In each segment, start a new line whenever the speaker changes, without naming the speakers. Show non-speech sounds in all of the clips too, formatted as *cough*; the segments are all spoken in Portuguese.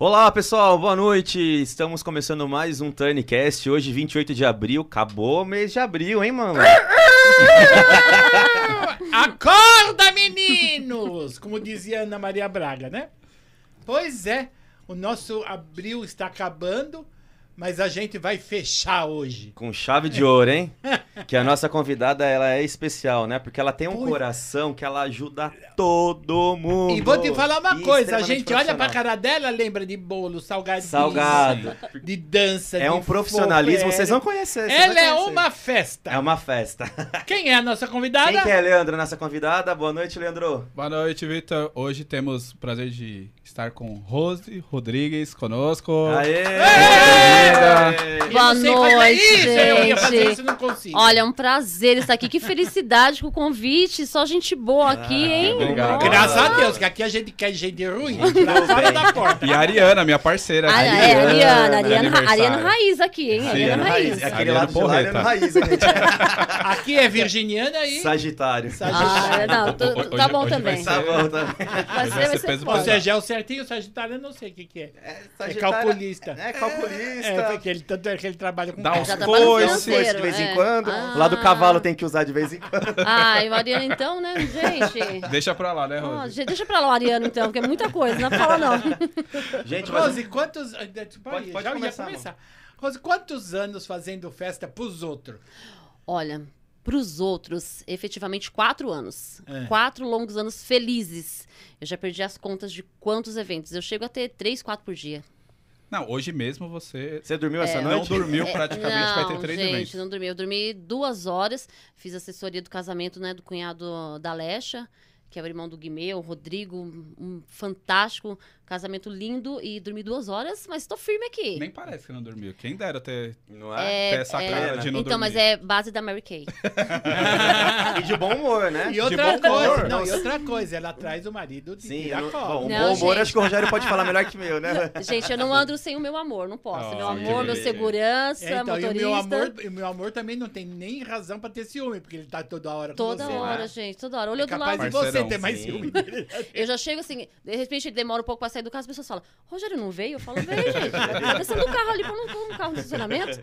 Olá pessoal, boa noite! Estamos começando mais um Turncast. Hoje, 28 de abril, acabou o mês de abril, hein, mano?
Acorda, meninos! Como dizia Ana Maria Braga, né? Pois é, o nosso abril está acabando, mas a gente vai fechar hoje.
Com chave de ouro, hein? Que a nossa convidada ela é especial, né? Porque ela tem um
Pois.
coração que ela ajuda todo mundo.
E vou te falar uma
E
coisa, a
extremamente
gente olha pra
profissional.
cara dela, lembra de bolo, salgadinho,
Salgado.
de dança,
É
de
um profissionalismo,
folclore.
vocês vão conhecer. vocês
Ela
vão
é
conhecer.
uma festa.
É uma festa.
Quem é a nossa convidada?
Quem que é, Leandro, nossa convidada? Boa noite, Leandro.
Boa noite, Vitor. Hoje temos o prazer de estar com Rose Rodrigues conosco.
Aê!
Eu
Bem-vinda.
Boa
não sei fazer
noite,
isso, eu ia fazer
gente.
isso e não consigo.
Olha, é um prazer estar aqui. Que felicidade com o convite. Só gente
Ah,
boa aqui,
é
hein?
obrigado.
Nossa.
Graças a Deus, que aqui a gente quer gente ruim pra fora
bem.
da porta.
E a Ariana, minha parceira.
Ah, é, Ariana,
Ariana,
Ariana, Ariana
aniversário.
Raiz aqui, hein? Ariana,
Ariana Raiz.
Raiz.
É aquele
Ariana
lado de lá, Ariana
Porreta.
Raiz, né? hein, gente?
Aqui é virginiana e.
Sagitário.
Sagitário.
é
Ah, não, tô-
Hoje-
tá
hoje-
bom
hoje
também.
Tá bom, tá bom.
Vai
Hoje
ser,
vai
vai
ser
ser
peso
Ou
foda.
seja, é o certinho, o Sagitário eu não sei o que, que é.
Sagitário
calculista.
É, calculista.
É, porque ele, tanto é que ele trabalha com
um
Dá
carro.
uns
Já tá
coices.
falando
Coice
financeiro,
de vez
é.
em quando.
Ah.
Lá do cavalo tem que usar de vez em quando.
Ah, e o Ariano então, né,
*laughs*
gente?
Deixa pra lá,
É,
né,
Ó,
Rose?
gente, deixa pra lá o Ariano então, porque é muita coisa, não fala não.
Gente, mas
Rose, quantos. Pode,
Pode- pode
já
começar,
ia começar. Rose, quantos anos fazendo festa pros outros?
Olha, pros outros, efetivamente quatro anos.
É.
Quatro longos anos felizes. Eu já perdi as contas de quantos eventos. Eu chego a ter três, quatro por dia.
Não, hoje mesmo você
você dormiu essa
não
noite?
dormiu
É,
praticamente, vai ter três
gente,
eventos.
não dormi. Eu dormi duas horas, fiz assessoria do casamento né, do cunhado da Alexa, que é o irmão do Guimê, o Rodrigo, um um fantástico casamento lindo, e dormi duas horas, mas tô firme aqui.
Nem parece que não dormiu. Quem dera ter,
Não
É,
ter essa
é,
cara de não
então,
dormir.
mas é base da Mary Kay. É.
E de bom humor, né?
E outra
bom humor.
coisa. Não, e outra coisa, ela traz o marido de
Sim, eu não- bom,
Piracol.
um
Não,
bom humor
gente.
acho que o Rogério pode falar melhor que meu, né?
Gente, eu não ando sem o meu amor, não
Ah,
posso. meu
sim,
amor, meu
entendi.
segurança,
É, então, e
motorista.
o meu amor, e o meu amor também não tem nem razão pra ter ciúme, porque ele tá toda hora com
Toda
você.
hora,
né?
gente, toda hora.
É
Olhou do
capaz
lado
de
e
você
Parceirão,
ter mais
sim.
ciúme dele.
Eu já chego assim, de repente ele demora um pouco pra sair do carro, as pessoas falam, Rogério, não veio? Eu falo, veio, gente. Tá descendo do carro ali, pô, não tô no carro no estacionamento.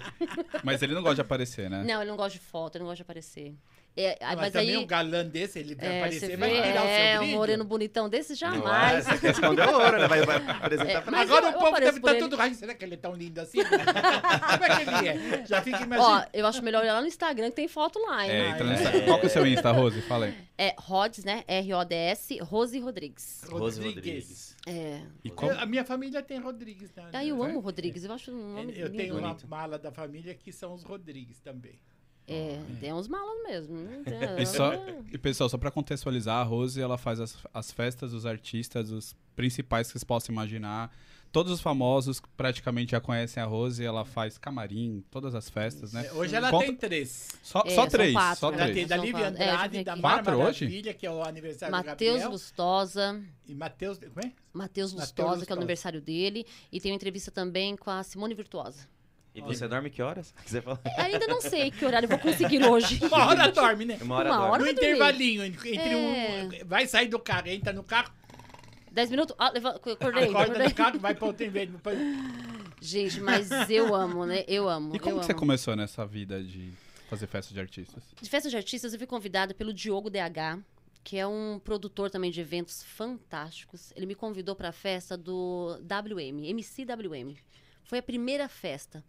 Mas ele não gosta de aparecer, né?
Não, ele não gosta de foto, ele não gosta de aparecer. É,
Mas,
aí- mas
também
aí,
um galã desse, ele vai
é,
aparecer,
você
vai
vê,
tirar o seu
é, um
brilho. é.
moreno bonitão desse,
Não, é?
jamais.
Essa questão de ouro, né? Vai, vai apresentar
É,
pra
mas-
Agora o
eu- eu
povo
apareço
deve
por
estar
ele.
tudo. Ai, será que ele é tão lindo assim? *laughs* Como é que ele é? Já fica
Ó,
imaginando.
eu acho melhor olhar lá no Instagram, que tem foto lá, hein?
É, entra no
é.
Insta- Qual que é o seu Insta, Rose? Fala aí.
É, Rods, né? R-O-D-S, Rose Rodrigues.
Rose Rodrigues.
Rodrigues.
É.
E
Eu-
como-
a minha família tem Rodrigues. Né?
Ah, eu amo o Rodrigues, eu acho um nome
Eu tenho
lindo.
uma
Bonito.
mala da família que são os Rodrigues também.
É, tem uns malas mesmo. né?
*laughs* E, só, e pessoal, só pra contextualizar, a Rose ela faz as, as festas dos artistas, os principais que vocês possam imaginar. Todos os famosos que praticamente já conhecem a Rose, ela faz camarim, todas as festas, né?
É, Hoje ela
Conta-
tem três.
Só,
É,
só
são
três,
quatro,
só
né?
Ela
três.
tem da
São
Lívia
quatro. É, deixa eu
Andrade,
ver
da
aqui.
Mara
Quatro hoje?
Maravilha, que é o aniversário do
Matheus
Gabriel.
Lustosa.
E Matheus... Como é?
Matheus Lustosa, que é
Lustosa.
o aniversário dele, e tem uma entrevista também com a Simone Virtuosa. É,
E você dorme que horas? Que você fala?
Ainda não sei que horário eu vou conseguir hoje.
*laughs* Uma hora dorme, né?
Uma hora
Uma
dorme.
hora.
No
vai dormir.
intervalinho, entre
É.
um... Vai sair do carro, entra no carro,
Dez minutos? Ah, leva-
acorda
acordei, acordei.
no carro, vai pra outro
*laughs*
inverno.
Gente, mas eu amo, né? Eu amo.
E como
eu
que você
amo.
começou nessa vida de fazer festa de artistas?
De festa de artistas, eu fui convidada pelo Diogo DH, que é um produtor também de eventos fantásticos. Ele me convidou para a festa do WM, MCWM. Foi a primeira festa.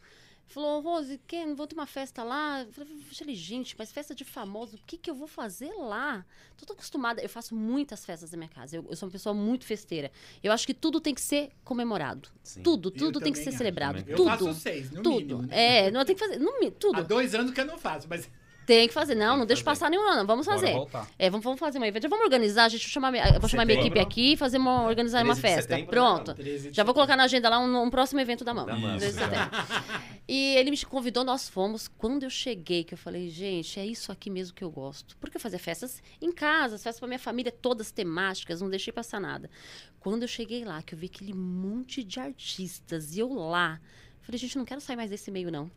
Falou, Rose, quer, vou ter uma festa lá. Eu falei, falei, gente, mas festa de famoso, o que, que eu vou fazer lá? Tô tão acostumada, eu faço muitas festas na minha casa. Eu, eu sou uma pessoa muito festeira. Eu acho que tudo tem que ser comemorado.
Sim.
Tudo,
Eu
tudo tem que
também
ser
acho.
celebrado.
Também.
Eu faço
Tudo.
seis, no
Tudo.
mínimo. né?
É, não tem que fazer. No, mi- tudo.
Há dois anos que eu não faço, mas *laughs*
Tem que fazer. Não,
que
não deixa
fazer.
passar nenhum ano. Vamos
Bora
fazer.
voltar.
É, vamos, vamos fazer uma evento. Vamos organizar, gente. Vou chamar minha, eu vou chamar minha
Setembro.
equipe aqui e fazer uma, organizar
13
uma
de
festa.
setembro,
Pronto.
13 de
Já vou colocar na agenda lá um, um próximo evento da mão.
Da mão,
13 de
legal.
setembro. E ele me convidou, nós fomos. Quando eu cheguei, que eu falei, gente, é isso aqui mesmo que eu gosto. Porque eu fazia festas em casa, as festas pra minha família, todas temáticas, não deixei passar nada. Quando eu cheguei lá, que eu vi aquele monte de artistas e eu lá. Falei, gente, não quero sair mais desse meio, não.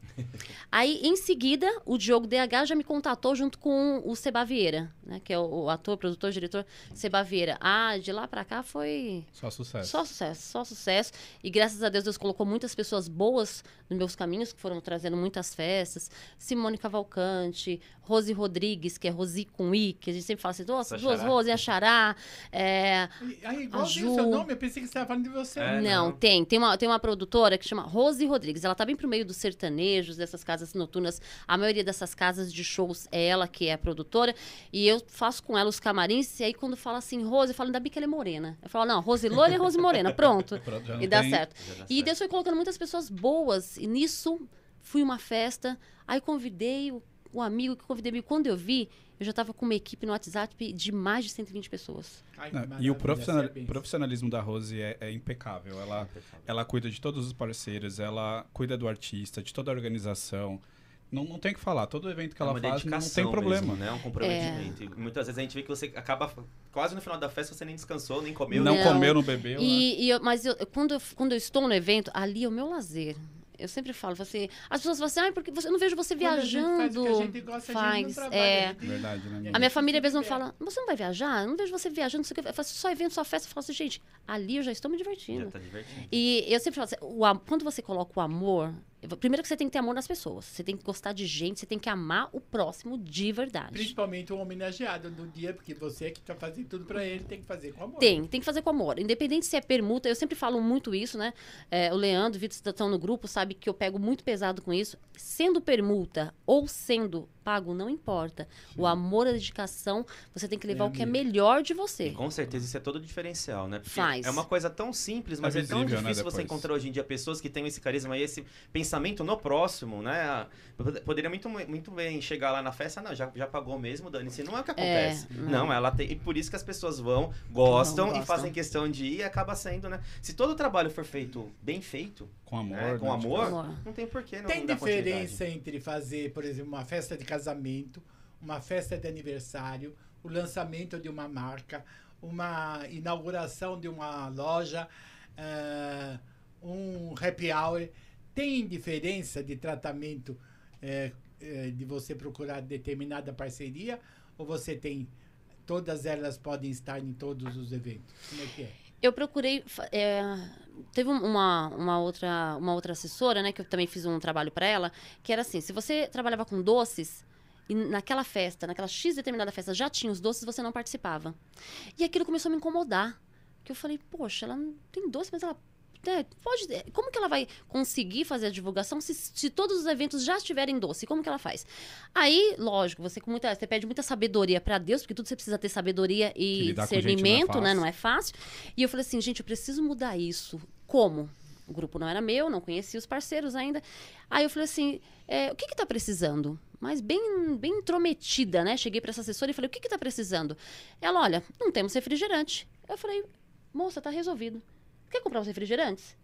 Aí, em seguida, o Diogo DH já me contatou junto com o Seba Vieira, né? Que é o, o ator, produtor, diretor, Seba Vieira. Ah, de lá pra cá foi
Só sucesso.
só sucesso, só sucesso. E graças a Deus, Deus colocou muitas pessoas boas nos meus caminhos, que foram trazendo muitas festas. Simone Cavalcante, Rose Rodrigues, que é Rosi com I, que a gente sempre fala assim, nossa,
é
Essa
duas
xará.
Rose, a Xará. É,
Aí, igualzinho
Ju.
o seu nome, eu pensei que você estava falando de você.
É,
não,
não.
tem. Tem uma, tem uma produtora que chama Rose Rodrigues. Ela tá bem pro meio dos sertanejos, dessas casas noturnas. A maioria dessas casas de shows é ela que é a produtora. E eu faço com ela os camarins. E aí, quando fala assim, Rose, eu falo, ainda bem que ela é morena. Eu falo, não, Rose Loura e Rose Morena. Pronto.
Pronto, já
E
não
dá
tem-
certo.
Tá
Já dá
E
certo.
Deus foi colocando muitas pessoas boas. E nisso, fui uma festa. Aí convidei o, o amigo que convidei. E quando eu vi, eu já estava com uma equipe no WhatsApp de mais de 120 pessoas.
Ai, que
Não, e
maravilha,
o profissional-
você é bem.
profissionalismo da Rose é, é impecável. Ela, ela cuida de todos os parceiros, ela cuida do artista, de toda a organização. Não, não tem o que falar, todo evento que
É
ela
uma
faz não
dedicação
tem problema.
Mesmo, né? Um comprometimento. E muitas vezes a gente vê que você acaba quase no final da festa, você nem descansou, nem comeu.
Não,
nem-
Não.
comeu, não bebeu. né?
E, e eu- mas eu- quando, eu, quando eu estou no evento, ali é o meu lazer. Eu sempre falo, assim, as pessoas falam assim, ah, porque você, eu não vejo você
Quando a gente faz
viajando.
o que a gente gosta, a gente não
Faz,
trabalha,
é.
a gente-
Verdade, né, amiga?
A minha família mesmo
Espera.
fala, você não vai viajar? Eu não vejo você viajando, não sei o que. Eu faço só evento, só festa. Eu falo assim, gente, ali eu já estou me divertindo.
Já tá divertido.
E eu sempre falo assim, o am- quando você coloca o amor, primeiro que você tem que ter amor nas pessoas, você tem que gostar de gente, você tem que amar o próximo de verdade.
Principalmente o homenageado do dia, porque você é que tá fazendo tudo pra ele, tem que fazer com amor.
Tem, tem que fazer com amor. Independente se é permuta, eu sempre falo muito isso, né? É, o Leandro, o Vitor estão no grupo, sabe que eu pego muito pesado com isso. Sendo permuta ou sendo pago, não importa. O amor, a dedicação, você tem que levar o que é
amigo.
melhor de
E
você.
com certeza isso é todo o diferencial, né? Porque
Faz.
É uma coisa tão simples,
É
mas é, tão
visível,
difícil
né,
você
depois.
encontrar hoje em dia pessoas que têm esse carisma e esse pensamento no próximo, né? Pod- Poderia muito, muito bem chegar lá na festa, não, já, já pagou mesmo, Dani. Isso não é o que acontece. não.
não.
ela tem. E por isso que as pessoas vão, gostam,
Não,
e
gostam.
fazem questão de ir e acaba sendo, né? Se todo o trabalho for feito bem feito,
Com amor.
né, com
né?
amor,
Amor.
não tem porquê não
Tem
dar continuidade.
diferença entre fazer, por exemplo, uma festa de casamento, uma festa de aniversário, o lançamento de uma marca, uma inauguração de uma loja, ah, um happy hour. Tem diferença de tratamento eh, eh, de você procurar determinada parceria? Ou você tem. Todas elas podem estar em todos os eventos? Como é que é?
Eu procurei. fa- é, teve um- uma, uma, outra, uma outra assessora, né? Que eu também fiz um trabalho para ela, que era assim: se você trabalhava com doces. E naquela festa, naquela X determinada festa, já tinha os doces, você não participava. E aquilo começou a me incomodar. Que eu falei, poxa, ela não tem doce, mas ela. né, pode. Como que ela vai conseguir fazer a divulgação se, se todos os eventos já estiverem doce? Como que ela faz? Aí, lógico, você com muita. Você pede muita sabedoria para Deus, porque tudo você precisa ter sabedoria
Que
e
lidar com gente não é
discernimento, né?
fácil.
Não é fácil. E eu falei assim, gente, eu preciso mudar isso. Como? O grupo não era meu, não conhecia os parceiros ainda. Aí eu falei assim, é, o que que tá precisando? Mas bem, bem intrometida, né? Cheguei para essa assessora e falei, o que que tá precisando? Ela, olha, não temos refrigerante. Eu falei, moça, tá resolvido. Quer comprar os refrigerantes?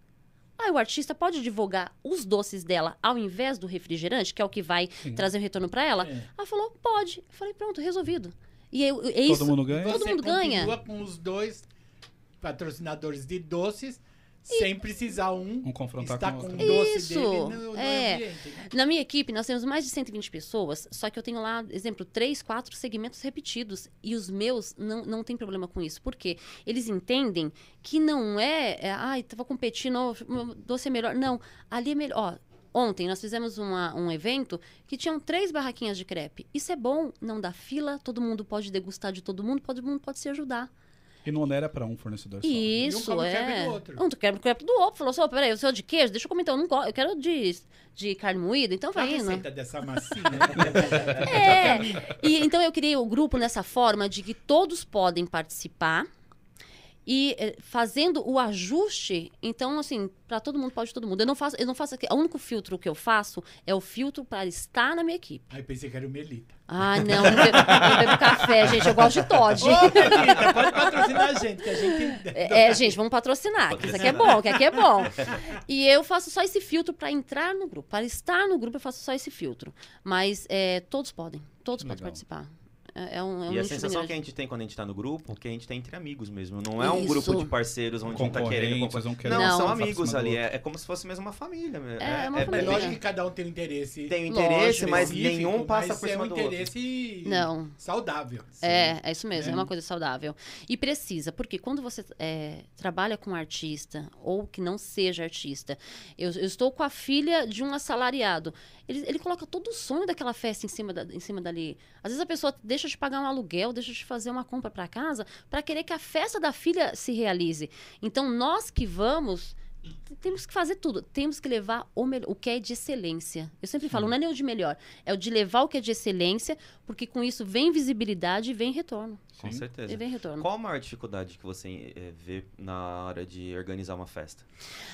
Aí o artista pode divulgar os doces dela ao invés do refrigerante, que é o que vai trazer o retorno para ela?
É.
Ela falou, pode. Eu falei, pronto, resolvido. E eu, é
Todo
isso.
mundo ganha.
Todo
Você
mundo ganha.
continua com os dois patrocinadores de doces, sem precisar um
Um confrontar
estar
com o
com o
outro.
doce
Isso,
dele no, no
é.
ambiente. né?
Na minha equipe, nós temos mais de 120 pessoas, só que eu tenho lá, exemplo, três, quatro segmentos repetidos. E os meus não, não tem problema com isso. Por quê? Eles entendem que não é, é ai, tava competindo, ó, meu doce é melhor. Não, ali é melhor. Ó, ontem nós fizemos uma- um evento que tinham três barraquinhas de crepe. Isso é bom, não dá fila, todo mundo pode degustar de todo mundo, todo mundo pode se ajudar.
E não era pra um fornecedor só.
um
Isso,
come crepe
é.
do outro.
Um tu quebra o crepe do outro. Falou assim, ó, peraí, o seu é de queijo? Deixa eu comer então, eu não go- eu quero de, de carne moída, então
Qual a
vai indo.
receita dessa né? massinha?
*laughs*
É. E, então eu criei o grupo nessa forma de que todos podem participar e eh, fazendo o ajuste, então assim, para todo mundo pode todo mundo. Eu não faço, eu não faço aqui, o único filtro que eu faço é o filtro para estar na minha equipe.
Aí pensei que era o Melita.
Ah, não, não bebo, não bebo café, gente, eu gosto de Todd.
Ô, Melita, pode patrocinar a gente, que a gente...
É, é, gente, vamos patrocinar, que isso aqui é bom, que aqui é bom. E eu faço só esse filtro para entrar no grupo. Para estar no grupo, eu faço só esse filtro. Mas eh, todos podem, todos podem
Legal.
participar. É, é um, é um
e a
nicho bem
sensação
grande.
que a gente tem quando a gente tá no grupo, que a gente tem entre amigos mesmo. Não é um
Isso.
grupo de parceiros onde um tá querendo.
Concorrentes,
concorrer.
um querendo
Não,
Não.
são
passar por
amigos
cima do
ali.
outro.
É, é como se fosse mesmo uma família. né? mesmo.
É, é uma
É
família.
lógico que cada um tem um interesse.
Tem um
Lógico.
interesse, mas
específico,
nenhum passa
mas
por
é
cima
um
do outro.
interesse
Não.
saudável.
É, é isso mesmo, é.
É.
uma coisa saudável. E precisa, porque quando você é, trabalha com um artista, ou que não seja artista, eu, eu estou com a filha de um assalariado. Ele, ele coloca todo o sonho daquela festa em cima, da- em cima dali. Às vezes a pessoa deixa de pagar um aluguel, deixa de fazer uma compra para casa, para querer que a festa da filha se realize. Então, nós que vamos. t- Temos que fazer tudo, temos que levar o, mel- o que é de excelência. Eu sempre falo, não é nem o de melhor, é o de levar o que é de excelência porque com isso vem visibilidade e vem retorno.
Com
Sim.
E
certeza.
vem retorno.
Qual a maior dificuldade que você eh, vê na hora de organizar uma festa?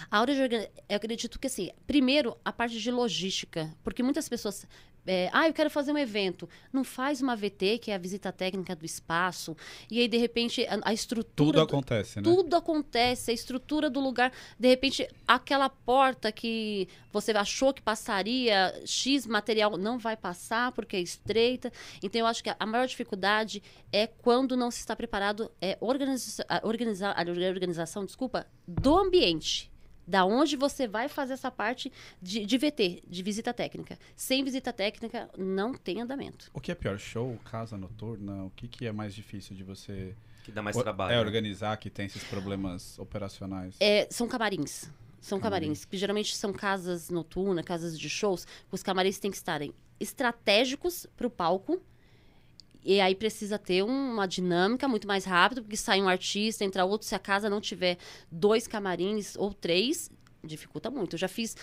A hora de organi- eu acredito que assim, primeiro a parte de logística, porque muitas pessoas, é, ah, eu quero fazer um evento, não faz uma VT que é a visita técnica do espaço e aí de repente a, a estrutura
Tudo
do-
acontece, né?
Tudo acontece, a estrutura do lugar. De repente, aquela porta que você achou que passaria X material não vai passar porque é estreita. Então, eu acho que a- a maior dificuldade é quando não se está preparado é organiza, a organiza, a organização desculpa, do ambiente. Da onde você vai fazer essa parte de, de VT, de visita técnica. Sem visita técnica, não tem andamento.
O que é pior, show, casa noturna? O que, que é mais difícil de você
Que dá mais
o-
trabalho.
é
né?
organizar que tem esses problemas operacionais?
É, são camarins. São
Camarins.
camarins, que geralmente são casas noturnas, casas de shows. Os camarins têm que estarem estratégicos para o palco. E aí precisa ter um- uma dinâmica muito mais rápida, porque sai um artista, entra outro. Se a casa não tiver dois camarins ou três, dificulta muito. Eu já fiz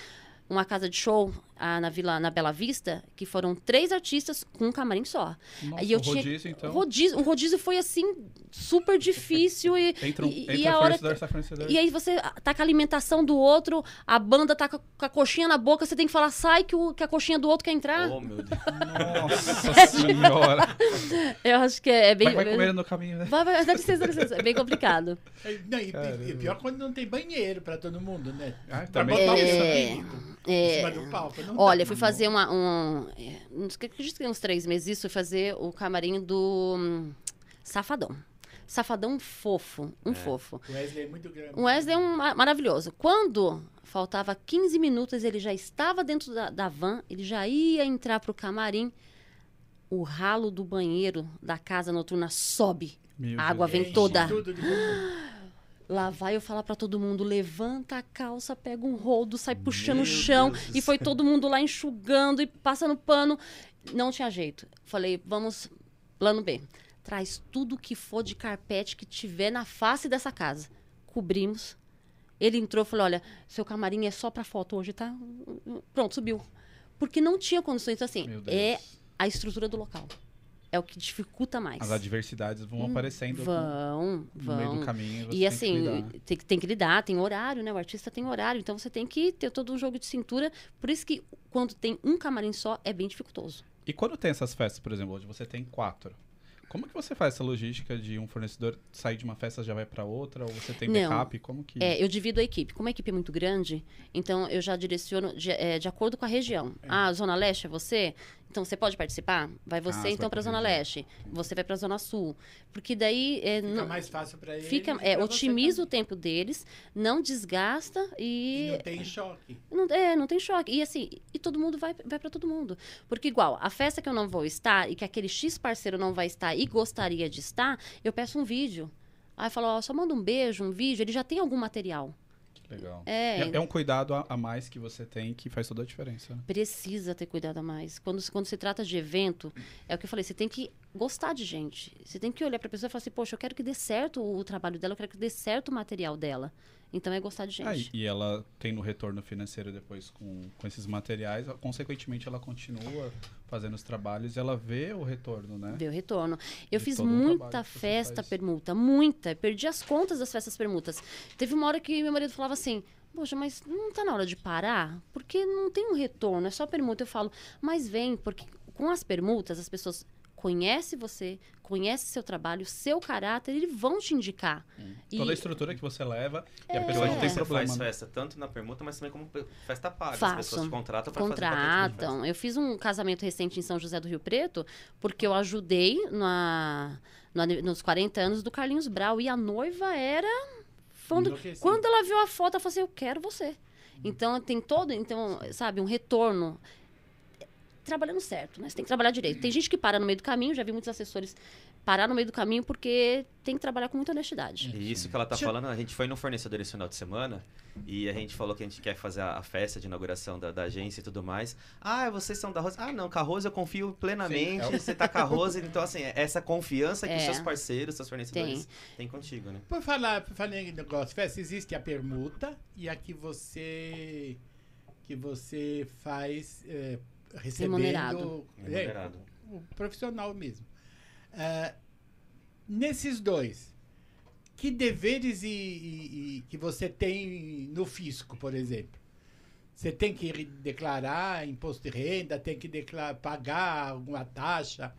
uma casa de show ah, na Vila, na Bela Vista, que foram três artistas com um camarim só.
Nossa,
e eu
o
tinha-
rodízio, então.
Rodízio- o rodízio foi assim, super difícil e
Entra, um-
e-
entra
e a hora
fornecedor, sai fornecedor.
e aí você tá com a alimentação do outro, a banda tá com a, com a coxinha na boca, você tem que falar, sai que, o- que a coxinha do outro quer entrar.
Oh, meu Deus.
Nossa *laughs* senhora.
*laughs* Eu acho que é, é bem.
Vai, vai
bem-
comer no caminho, né?
*laughs* Vai, vai, dá licença, dá licença. É bem complicado.
É, Não, e, e- e pior quando não tem banheiro pra todo mundo, né?
Ah,
Pra
também
botar um
tem isso.
espírito em
É,
cima do palco. tá? não
olha,
dá.
fui fazer uma. Um, é, não sei, acredito que tem uns três meses isso, fui fazer o camarim do hum, Safadão. Safadão fofo, um fofo.
O Wesley é muito grande.
O Wesley é um ma- maravilhoso. Quando faltava 15 minutos, ele já estava dentro da, da van, ele já ia entrar pro camarim. O ralo do banheiro da casa noturna sobe.
Meu
Tipo, A água
Jesus.
vem toda.
É, Tudo de bom.
Lá vai eu falar pra todo mundo: levanta a calça, pega um rodo, sai puxando
Meu
o chão.
Deus do
E foi todo mundo lá enxugando e passando pano. Não tinha jeito. Falei: vamos, plano B. Traz tudo que for de carpete que tiver na face dessa casa. Cobrimos. Ele entrou e falou: olha, seu camarim é só pra foto hoje, tá? Pronto, subiu. Porque não tinha condições. Então, assim,
Meu Deus.
é a estrutura do local. É o que dificulta mais.
As adversidades vão aparecendo
Hum, Vão,
no meio
vão.
do caminho. Então você
E
tem
assim,
que lidar.
tem, tem que lidar, tem horário, né? O artista tem horário, então você tem que ter todo um jogo de cintura. Por isso que quando tem um camarim só, é bem dificultoso.
E quando tem essas festas, por exemplo, onde você tem quatro, como que você faz essa logística de um fornecedor sair de uma festa já vai pra outra? Ou você tem
Não.
backup? Como que.
É, eu divido a equipe. Como a equipe é muito grande, então eu já direciono de, é, de acordo com a região. Ah, Zona Leste é você? Então você pode participar? Vai você
você vai
então
pra
pra Zona
região.
Leste. Você vai pra Zona Sul. Porque daí. É,
Fica
não-
mais fácil pra ele.
fica,
e pra
é,
você
otimiza o
também.
tempo deles, não desgasta
E
e.
não tem choque.
Não, é, não tem choque. E assim, e todo mundo vai, vai para todo mundo. Porque, igual, a festa que eu não vou estar e que aquele X parceiro não vai estar e gostaria de estar, eu peço um vídeo. Aí eu falo, ó, só manda um beijo, um vídeo, ele já tem algum material.
Legal.
É,
É, é um cuidado a, a mais que você tem que faz toda a diferença. né?
precisa ter cuidado a mais. Quando, se- quando se trata de evento, é o que eu falei, você tem que gostar de gente. Você tem que olhar pra pessoa e falar assim, poxa, eu quero que dê certo o, o trabalho dela, eu quero que dê certo o material dela. Então é gostar de gente.
Ah, e- e ela tem no retorno financeiro depois com, com esses materiais, consequentemente ela continua fazendo os trabalhos e ela vê o retorno, né?
Ver o retorno. Eu
De
fiz
todo o
muita
trabalho que você
festa
faz.
permuta, muita. Perdi as contas das festas permutas. Teve uma hora que meu marido falava assim: Poxa, mas não tá na hora de parar? Porque não tem um retorno, é só permuta. Eu falo, mas vem, porque com as permutas as pessoas conhece você, conhece seu trabalho, seu caráter, eles vão te indicar. E-
Hum. Toda a estrutura que você leva e a
É.
Porque
pessoa
hoje
não tem
você
problema.
faz
né?
festa tanto na permuta, mas também como festa paga.
Faço.
As pessoas te contratam pra fazer pacote de festa.
Contratam. Eu fiz um casamento recente em São José do Rio Preto, porque eu ajudei na, no ani- nos 40 anos do Carlinhos Brau. E a noiva era. fã do-
Enlouquecida.
Quando ela viu a foto, ela falou assim: Eu quero você. Então tem todo, então, sabe, um retorno. Trabalhando certo, né? Você tem que trabalhar direito. Tem gente que para no meio do caminho, já vi muitos assessores parar no meio do caminho porque tem que trabalhar com muita honestidade.
Uhum.
E isso que ela tá
Deixa eu-
falando, a gente foi no fornecedor esse final de semana e a gente falou que a gente quer fazer a, a festa de inauguração da, da agência e tudo mais. Ah, vocês são da Rose? Ah, não, com a Rose eu confio plenamente,
Sim, é o-
você tá com a Rose, então assim, é essa confiança que
É.
os seus parceiros, seus fornecedores têm contigo, né?
Por falar, por falar em negócio de festa, existe a permuta e a que você que você faz é, recebendo
Remunerado.
é,
Remunerado.
o profissional mesmo. É, nesses dois, que deveres e, e- e que você tem no fisco, por exemplo? Você tem que re- declarar imposto de renda, tem que declarar, pagar alguma taxa.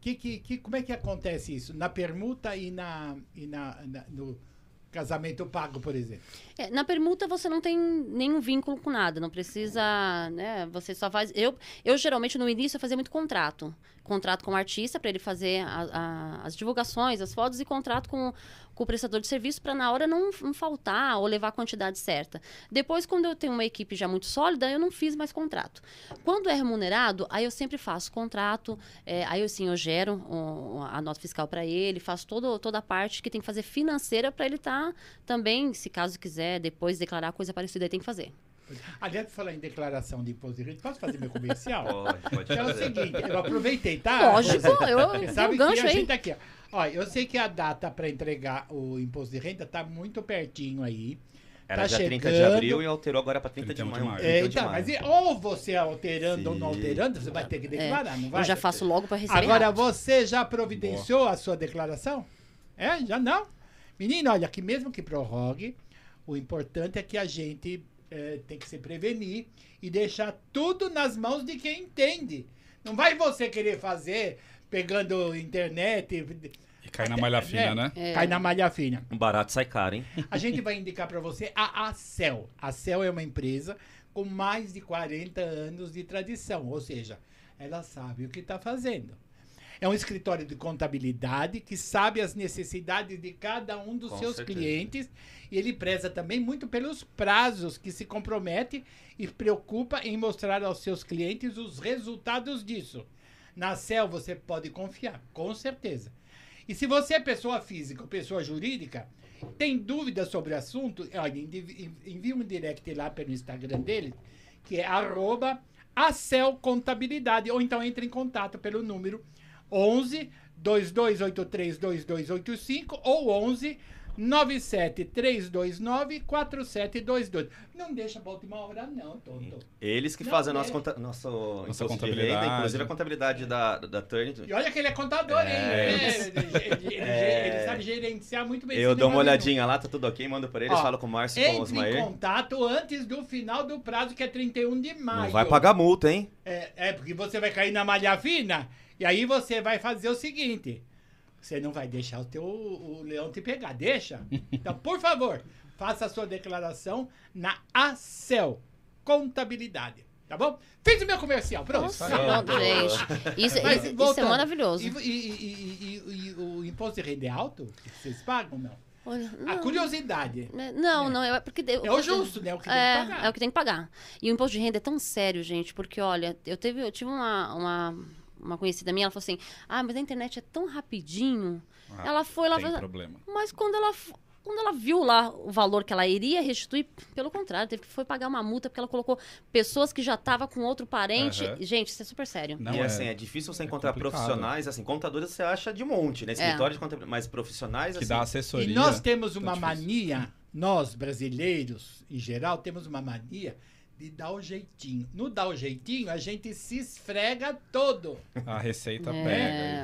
Que, que, que, como é que acontece isso? Na permuta e, na, e na, na- no casamento pago, por exemplo.
É, na permuta você não tem nenhum vínculo com nada, não precisa, né? Você só faz. Eu, eu geralmente no início eu fazia muito contrato. Contrato com o artista para ele fazer a- a- as divulgações, as fotos e contrato com, com o prestador de serviço para na hora não, não faltar ou levar a quantidade certa. Depois, quando eu tenho uma equipe já muito sólida, eu não fiz mais contrato. Quando é remunerado, aí eu sempre faço contrato, é, aí eu sim eu gero um- a nota fiscal para ele, faço todo, toda a parte que tem que fazer financeira para ele tá estar também, se caso quiser, depois declarar coisa parecida, aí tem que fazer.
Aliás, por falar em declaração de imposto de renda, posso fazer meu comercial?
*laughs* Pode, pode
Que é o
fazer.
seguinte, eu aproveitei, tá? *laughs*
Lógico, eu,
Você
eu tenho
sabe que
um gancho
a
aí.
gente tá aqui, ó. ó. Eu sei que a data para entregar o imposto de renda tá muito pertinho aí.
Era
Tá
já 30 de
chegando.
abril e alterou agora pra 30, de
31 de
maio.
maio.
É,
31 de
então,
maio.
mas e- ou você alterando ou não
Tá Sim.
alterando, você vai ter que declarar, não vai?
É, Eu já faço logo para receber.
Agora,
rápido.
você já providenciou a sua declaração? É? Já não? Menino, olha, que mesmo que prorrogue, o importante é que a gente eh, tem que se prevenir e deixar tudo nas mãos de quem entende. Não vai você querer fazer pegando internet,
E cai na malha fina,
É.
né?
cai na malha fina.
Um barato sai caro, hein?
A gente vai indicar para você a Acel. A Acel é uma empresa com mais de 40 anos de tradição, ou seja, ela sabe o que está fazendo. É um escritório de contabilidade que sabe as necessidades de cada um dos
Com
seus
certeza.
clientes e ele preza também muito pelos prazos que se compromete e preocupa em mostrar aos seus clientes os resultados disso. Na CEL você pode confiar, com certeza. E se você é pessoa física ou pessoa jurídica, tem dúvidas sobre o assunto, olha, envi- envia um direct lá pelo Instagram dele, que é arroba Acel Contabilidade, ou então entre em contato pelo número 11 2283 2285 ou 11 97329 4722. Não deixa pra última hora, não, Tonto.
Eles que
Não,
fazem a
é.
nossa, conta, nosso imposto de
contabilidade.
renda, inclusive a contabilidade da, da Turn.
E olha que ele é contador, hein?
É.
Ele, ele- ele-
É.
ele sabe gerenciar muito bem
Eu
esse
dou uma
negócio.
olhadinha lá, tá tudo ok, mando pra eles,
Ó,
falo com o Márcio, com o
Entre em
Osmaer.
contato antes do final do prazo, que é 31 de maio.
Não vai pagar multa, hein?
É, é, porque você vai cair na malha fina e aí você vai fazer o seguinte. Você não vai deixar o teu o leão te pegar, deixa. Então, por favor, faça a sua declaração na ACEL Contabilidade, tá bom? Fiz o meu comercial, pronto.
Nossa,
Isso aí.
pronto, gente. Isso,
Mas,
isso- isso é
voltando.
maravilhoso.
E, e- e- e- e- e o imposto de renda é alto? que Vocês pagam não?
Olha,
A
não.
curiosidade.
É, Não, não, é porque.
Ah, É o justo, né? O que tem
é,
que pagar.
é o que tem que pagar. E o imposto de renda é tão sério, gente, porque olha, eu, teve, eu tive uma, uma, uma conhecida minha, ela falou assim: ah, mas a internet é tão rapidinho.
Ah,
ela foi lá. assim,
Tem problema.
Mas quando ela, f- quando ela viu lá o valor que ela iria restituir, pelo contrário, teve que foi pagar uma multa porque ela colocou pessoas que já estavam com outro parente.
Aham.
Gente, isso é super sério.
Não
e
é.
assim, é difícil você
É
encontrar
complicado.
profissionais, assim, contadores você acha de monte,
É.
né? Escritório de contabilidade, mas profissionais,
Que
assim,
dá assessoria.
Tá
E nós temos uma
difícil.
mania, nós brasileiros em geral, temos uma mania de dar o jeitinho. No dar o jeitinho, a gente se esfrega todo.
A receita
É.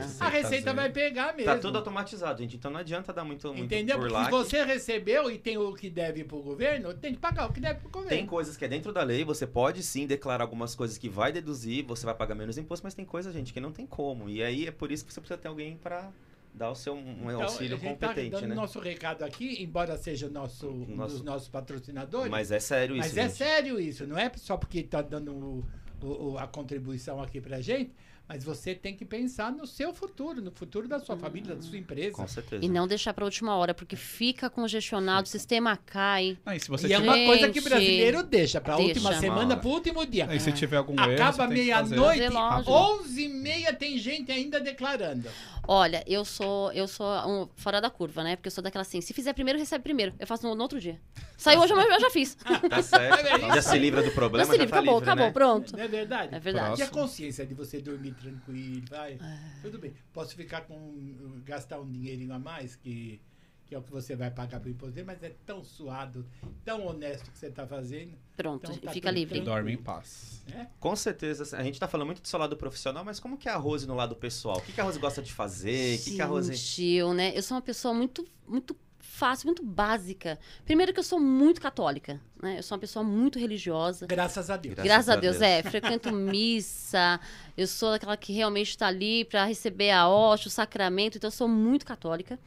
pega.
A receita vai
azedo.
pegar mesmo.
Tá tudo automatizado, gente. Então não adianta dar muito, muito
Entendeu?
por
Porque
lá.
se você recebeu e tem o que deve pro governo, tem que pagar o que deve pro governo.
Tem coisas que é dentro da lei, você pode sim declarar algumas coisas que vai deduzir, você vai pagar menos imposto, mas tem coisa, gente, que não tem como. E aí é por isso que você precisa ter alguém pra dar o seu um um
Então,
auxílio
a gente
competente,
tá dando
né?
nosso recado aqui, embora seja o nosso, um dos
Nosso-
nossos patrocinadores.
Mas é sério isso.
Mas é
gente.
sério isso, não é só porque está dando o- o- o- a contribuição aqui pra gente, mas você tem que pensar no seu futuro, no futuro da sua família, da sua empresa.
Com certeza.
E não deixar pra última hora, porque fica congestionado, o sistema cai.
Ah, e se você
e é
tiver,
uma coisa que
Gente,
brasileiro deixa pra última
deixa.
semana,
Uma
pro último dia.
É
ah, e se tiver algum erro,
Acaba
você tem que fazer.
meia-noite,
Fazer lógico.
11h30 tem gente ainda declarando.
Olha, eu sou eu sou um fora da curva, né? Porque eu sou daquela assim, se fizer primeiro, recebe primeiro. Eu faço no, no outro dia. Saiu hoje, mas eu já fiz.
Tá certo.
É isso.
já se livra do
Já
problema,
se livre,
tá
acabou,
livre,
acabou,
né?
pronto.
Não é verdade?
É verdade.
E a
Próximo.
consciência de você dormir tranquilo, vai.
É.
Tudo bem. Posso ficar com. gastar um dinheirinho a mais, que, que é o que você vai pagar pro imposto, mas é tão suado, tão honesto que você está fazendo.
Pronto,
Então tá
fica
tudo
livre.
tranquilo.
Dorme em paz.
Com certeza. assim, A gente tá falando muito do seu lado profissional, mas como que é a Rose no lado pessoal? O que, que a Rose gosta de fazer? O que, que a Rose.
Gentil, né? Eu sou uma pessoa muito, muito fácil, muito básica. Primeiro que eu sou muito católica, né? Eu sou uma pessoa muito religiosa.
Graças a Deus.
Gra-
Graças a Deus, é.
*laughs*
Frequento missa. Eu sou aquela que realmente está ali para receber a hóstia, o sacramento. Então, eu sou muito católica.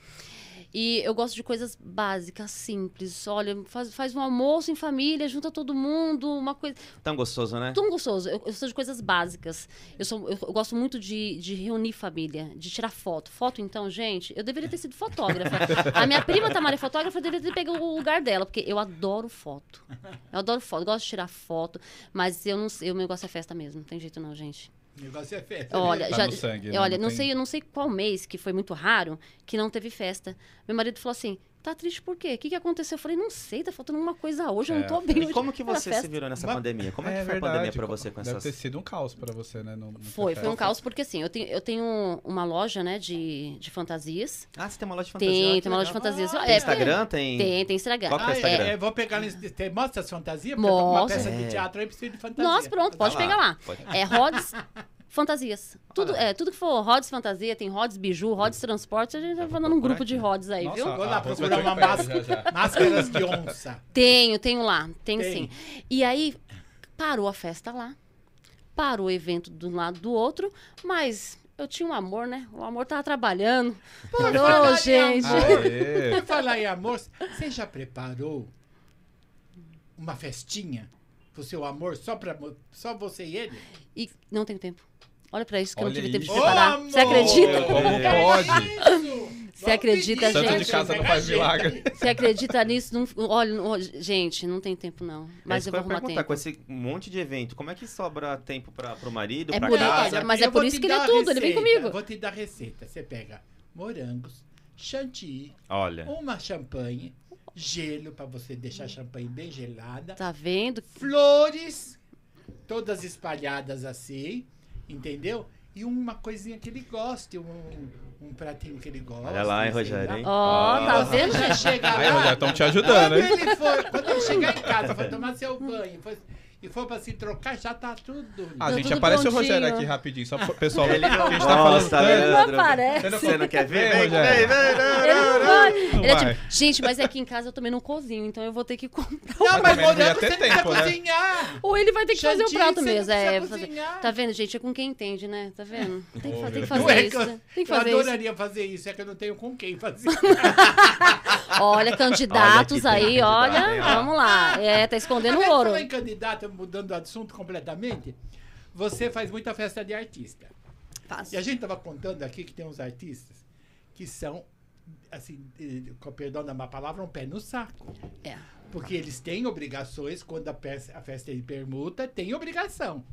E eu gosto de coisas básicas, simples. Olha, faz, faz um almoço em família, junta todo mundo, uma coisa.
Tão gostoso, né?
Tão gostoso. Eu, eu sou de coisas básicas. Eu, sou, eu, eu gosto muito de, de reunir família, de tirar foto. Foto, então, gente, eu deveria ter sido fotógrafa. A minha prima Tamara é fotógrafa, eu deveria ter pego o lugar dela, porque eu adoro foto. Eu adoro foto, eu gosto de tirar foto, mas eu não sei, o meu negócio é festa mesmo, não tem jeito não, gente.
O negócio é festa.
Olha,
Tá
já,
no sangue, né?
olha,
Não
não,
tem-
sei, eu não sei qual mês que foi muito raro que não teve festa. Meu marido falou assim: "Tá triste por quê? O que, que aconteceu?" Eu falei: "Não sei, tá faltando alguma coisa hoje, eu não
É,
tô bem
E
hoje."
como que
Era
você
festa.
se virou nessa
Mas-
pandemia? Como é, que foi a pandemia pra você com
Deve
essas.
ter sido um caos pra você, né? no- no
Foi,
café.
foi um caos, porque assim, eu tenho, eu tenho uma loja, né, de, de fantasias.
Ah, você tem uma loja de fantasia?
Tem,
que
tem uma loja de
legal.
fantasias.
Ah,
É,
Tem Instagram? Tem.
Tem, tem Instagram.
Qual que é o
Ah,
Instagram?
é, é, vou pegar nesse. Tem, mostra as fantasias? Porque eu tô com uma
Mostra.
peça de
É.
teatro aí preciso de fantasia.
Nossa, pronto, pode
Tá
pegar lá.
Pode.
É Rods Fantasias. Tudo, é, tudo que for Rods Fantasia, tem Rods Biju, Rods Transporte, a gente tá
vou
mandando um
procurar
grupo de
aqui.
Rods aí,
Nossa,
viu?
a-
Vou lá
a Rose
procurar
vai
uma
ter um
máscara.
inveja já.
Máscaras de onça.
Tenho, tenho lá, tenho
Tem.
sim. E aí, parou a festa lá, parou o evento de um lado do outro, mas eu tinha um amor, né? O amor tava trabalhando. Parou,
falar de
gente.
Aê.
Por falar tá em amor, você já preparou uma festinha pro seu amor só, pra, mo- só você e ele?
E não tenho tempo. Olha pra isso que eu não
Olha
tive tempo de
isso.
preparar.
Ô,
Você acredita?
amor!
Como
É.
pode?
Você acredita,
né,
gente?
Santo de casa não faz milagre.
Você acredita nisso? Não- olha, não- gente, não tem tempo não. Mas
isso que
eu vou arrumar
perguntar,
tempo.
com esse monte de evento, como é que sobra tempo pra, pro marido,
É
pra
por isso,
casa?
olha, mas é por isso que ele é tudo, ele vem comigo.
Vou te dar receita. Você pega morangos, chantilly,
É.
Olha.
uma champanhe, um gelo pra você deixar a champanhe bem gelada,
Tá vendo?
flores, todas espalhadas assim, entendeu? E uma coisinha que ele goste, um, um pratinho que ele gosta.
Olha lá, hein,
sei
Rogério,
lá.
hein?
Ó, tá
Você
vendo,
já
gente?
chega
Aí,
lá,
Rogério, estão te ajudando, hein?
Quando ele, for, quando ele chegar em casa, for tomar seu banho for- e for pra se trocar, já tá tudo.
Ah,
Deu
gente,
tudo
aparece o
prontinho.
Rogério aqui rapidinho, só pro pessoal.
Ele não
a gente tá falando
gosta,
tanto.
né?
Leandro.
aparece.
Você não quer ver?
Vem,
Vem,
Rogério.
vem, vem, vem.
Ele não vai.
Não
Ele é
vai.
tipo, gente, mas aqui em casa eu também não cozinho, então eu vou ter que comprar.
Não, mas
Mas também não tá ia
morando
ter
você não
tempo, né?
precisa cozinhar.
Ou ele vai ter que fazer o
Chantilly,
prato
você não
mesmo. É,
precisa
fazer-
cozinhar.
Tá vendo, gente? É com quem entende, né? Tá vendo? Tem que, fa- tem que
Não
fazer
é que
isso. né?
eu-
Tem que
eu
fazer isso.
adoraria fazer isso, é que eu não tenho com quem fazer.
Olha, candidatos
Olha aqui,
aí,
tem candidato,
olha.
hein, ó.
Vamos lá. É, tá escondendo o
Aliás,
ouro.
falando em candidato, mudando o assunto completamente, você faz muita festa de artista.
Faço.
E a gente tava contando aqui que tem uns artistas que são, assim, eh, com perdão da má palavra, um pé no saco.
É.
Porque eles têm obrigações, quando a, peça- a festa é de permuta, tem obrigação.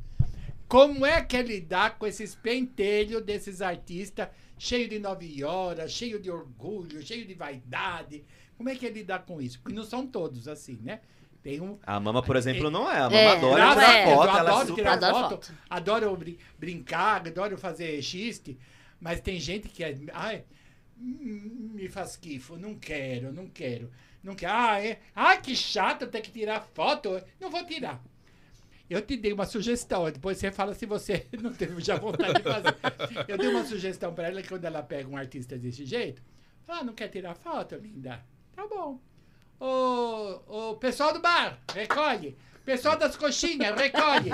Como é que é lidar com esses pentelhos desses artistas cheio de nove horas, cheio de orgulho, cheio de vaidade? Como é que é lidar com isso? Porque não são todos assim, né? Tem um.
A mama, por exemplo, não é. A mama
É,
adora tirar
é.
foto,
eu
ela é
adoro
super...
tirar
Adoro
foto,
foto.
adoro brin- brincar, adoro fazer xiste, mas tem gente que é. Ai, hum, me faz quifo, não quero, não quero. Não quero. Ah, é, ai, que chato ter que tirar foto. Não vou tirar. Eu te dei uma sugestão, depois você fala se você *laughs* não teve já vontade de fazer. Eu dei uma sugestão para ela que quando ela pega um artista desse jeito, fala, ah, não quer tirar foto, linda? Tá bom. O, o pessoal do bar, recolhe. Pessoal das coxinhas, recolhe.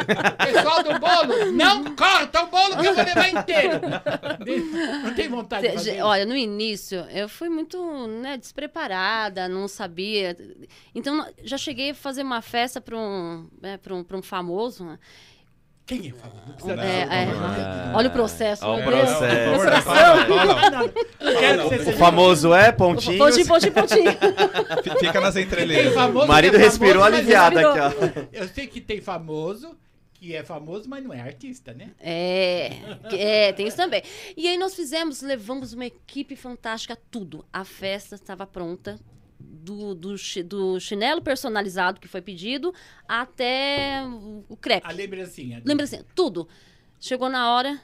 Pessoal do bolo, não corta o bolo que eu vou levar inteiro. Não tem vontade de fazer
Ge-
isso?
Olha, no início eu fui muito né, despreparada, não sabia. Então já cheguei a fazer uma festa para um, né, pra um, pra um famoso. né?
Quem é famoso? Não precisa
Não,
dizer
é,
o
é.
nome.
Olha o processo,
Ah, Olha o
meu Deus.
processo.
Não, não, não. Não quero que você
O
seja-
famoso é
Pontinho,
pontinho.
pontinho, pontinho.
F- Fica nas
Tem
entrelinhas.
famoso
O
que
marido
é famoso,
respirou
mas-
aliviado aqui,
respirou.
ó.
Eu sei que tem famoso, que é famoso, mas não é artista, né?
*laughs* É, é, tem isso também. E aí nós fizemos, levamos uma equipe fantástica, tudo. A festa estava pronta, do, do, chi- do chinelo personalizado que foi pedido até o- o crepe.
A lembrancinha. do-
Lembra assim, tudo. Chegou na hora.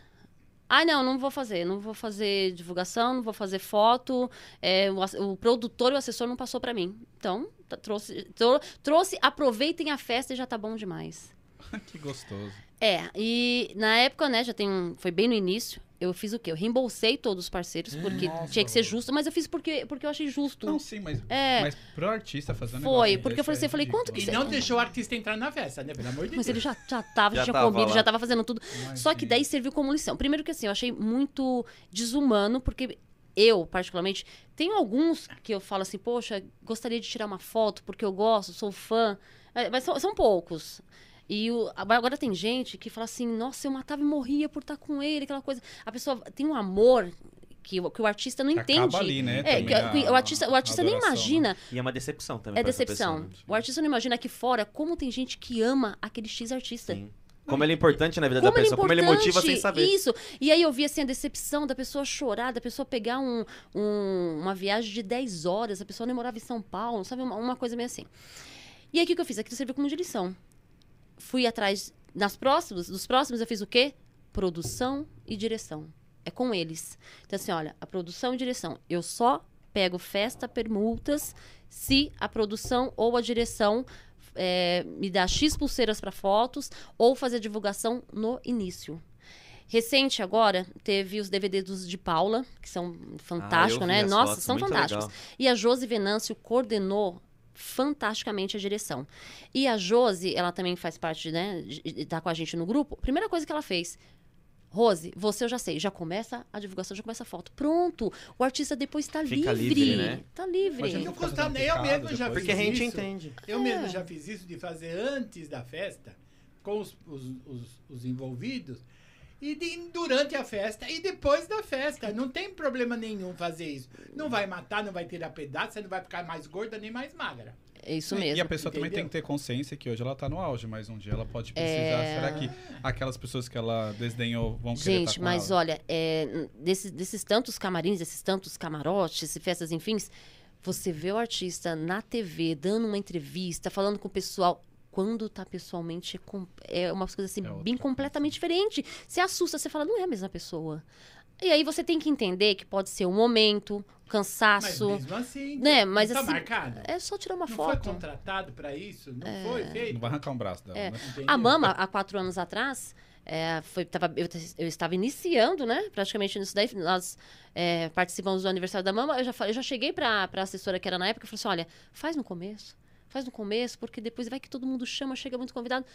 Ai, não, não vou fazer. Não vou fazer divulgação, não vou fazer foto. é, o, ass- o produtor e o assessor não passou pra mim. Então, tá- trouxe, tro- trouxe, aproveitem a festa e já tá bom demais.
que gostoso.
É, e na época, né, já tem um. Foi bem no início. Eu fiz o quê? Eu reembolsei todos os parceiros, porque
Nossa.
tinha que ser justo, mas eu fiz porque, porque eu achei justo.
Não, sim, mas,
É.
mas pro artista fazendo
Foi, porque eu falei assim, eu falei, quanto
E
que
não deixou o artista entrar na festa, né? Pelo amor de
Mas
Deus.
ele já, já tava, já
Já
tinha
tava
comido,
lá.
já tava fazendo tudo.
Imagina.
Só que daí serviu como lição. Primeiro que assim, eu achei muito desumano, porque eu, particularmente, tenho alguns que eu falo assim, poxa, gostaria de tirar uma foto porque eu gosto, sou fã. É, Mas são, são poucos. E o- agora tem gente que fala assim, nossa, eu matava e morria por estar com ele, aquela coisa. A pessoa tem um amor que, o- que o artista não
Que acaba
entende.
ali, né,
é,
também
que,
a-
que o artista, o
a
artista nem
adoração, né?
imagina
E é uma decepção também.
é
pra essa
decepção.
pessoa, né?
O artista não imagina aqui fora como tem gente que ama aquele X artista.
Sim. né? Como ele é importante na vida
Como
da pessoa, como ele motiva
importante,
sem saber. Ah,
Isso. E aí eu vi assim a decepção da pessoa chorar, da pessoa pegar um, um- uma viagem de 10 horas, a pessoa nem morava em São Paulo, sabe? Uma, uma coisa meio assim. E aí o que, que eu fiz? Aquilo serviu como de lição. Fui atrás. Nas próximas, dos próximos, eu fiz o quê? Produção e direção. É com eles. Então, assim, olha, a produção e direção. Eu só pego festa, permutas, se a produção ou a direção é, me dá X pulseiras para fotos ou fazer divulgação no início. Recente agora, teve os DVDs dos de Paula, que são fantásticos,
Ah, eu vi
né?
as
Nossa,
fotos,
são
muito
fantásticos.
legal.
E a Josi Venâncio coordenou fantasticamente a direção. E a Josi, ela também faz parte, né? de- de- Tá com a gente no grupo. Primeira coisa que ela fez. Rose, você eu já sei, já começa a divulgação, já começa a foto. Pronto, o artista depois tá
Fica
livre.
livre, né?
Tá livre.
Mas
é Eu
ele
não
fica
gostava,
fazendo
nem eu
picado
mesmo já
depois.
fiz
Porque a gente
isso.
entende.
Eu
É.
mesmo já fiz isso de fazer antes da festa, com os, os, os- os envolvidos, e de- durante a festa e depois da festa. Não tem problema nenhum fazer isso. Não vai matar, não vai tirar pedaço, você não vai ficar mais gorda nem mais magra.
É isso
E a
mesmo.
pessoa também tem
entendeu?
que ter consciência que hoje ela tá no auge, mas um dia ela pode precisar.
É.
Será que aquelas pessoas que ela desdenhou vão querer tá
Gente,
com
mas
ela?
olha, é, n- desses, desses tantos camarins, desses tantos camarotes e festas, enfim, você vê o artista na TV dando uma entrevista, falando com o pessoal. Quando tá pessoalmente, é com- é uma coisa assim,
É outra
bem
coisa.
completamente diferente. Você assusta, você fala, não é a mesma pessoa. E aí você tem que entender que pode ser um momento,
Mas
cansaço.
mesmo assim,
Né,
não
mas
tá
assim,
marcado.
É só tirar uma
não foi
foto. É.
contratado para isso? Não foi feito?
Não vai arrancar um braço dela, né?
A Mama, há quatro anos atrás, é, foi, tava- eu, t- eu estava iniciando, né? Praticamente nisso daí. Nós é, participamos do aniversário da Mama. Eu já, falei- eu já cheguei para a assessora que era na época e falei assim: olha, faz no começo. Faz no começo, porque depois vai que todo mundo chama, chega muito convidado.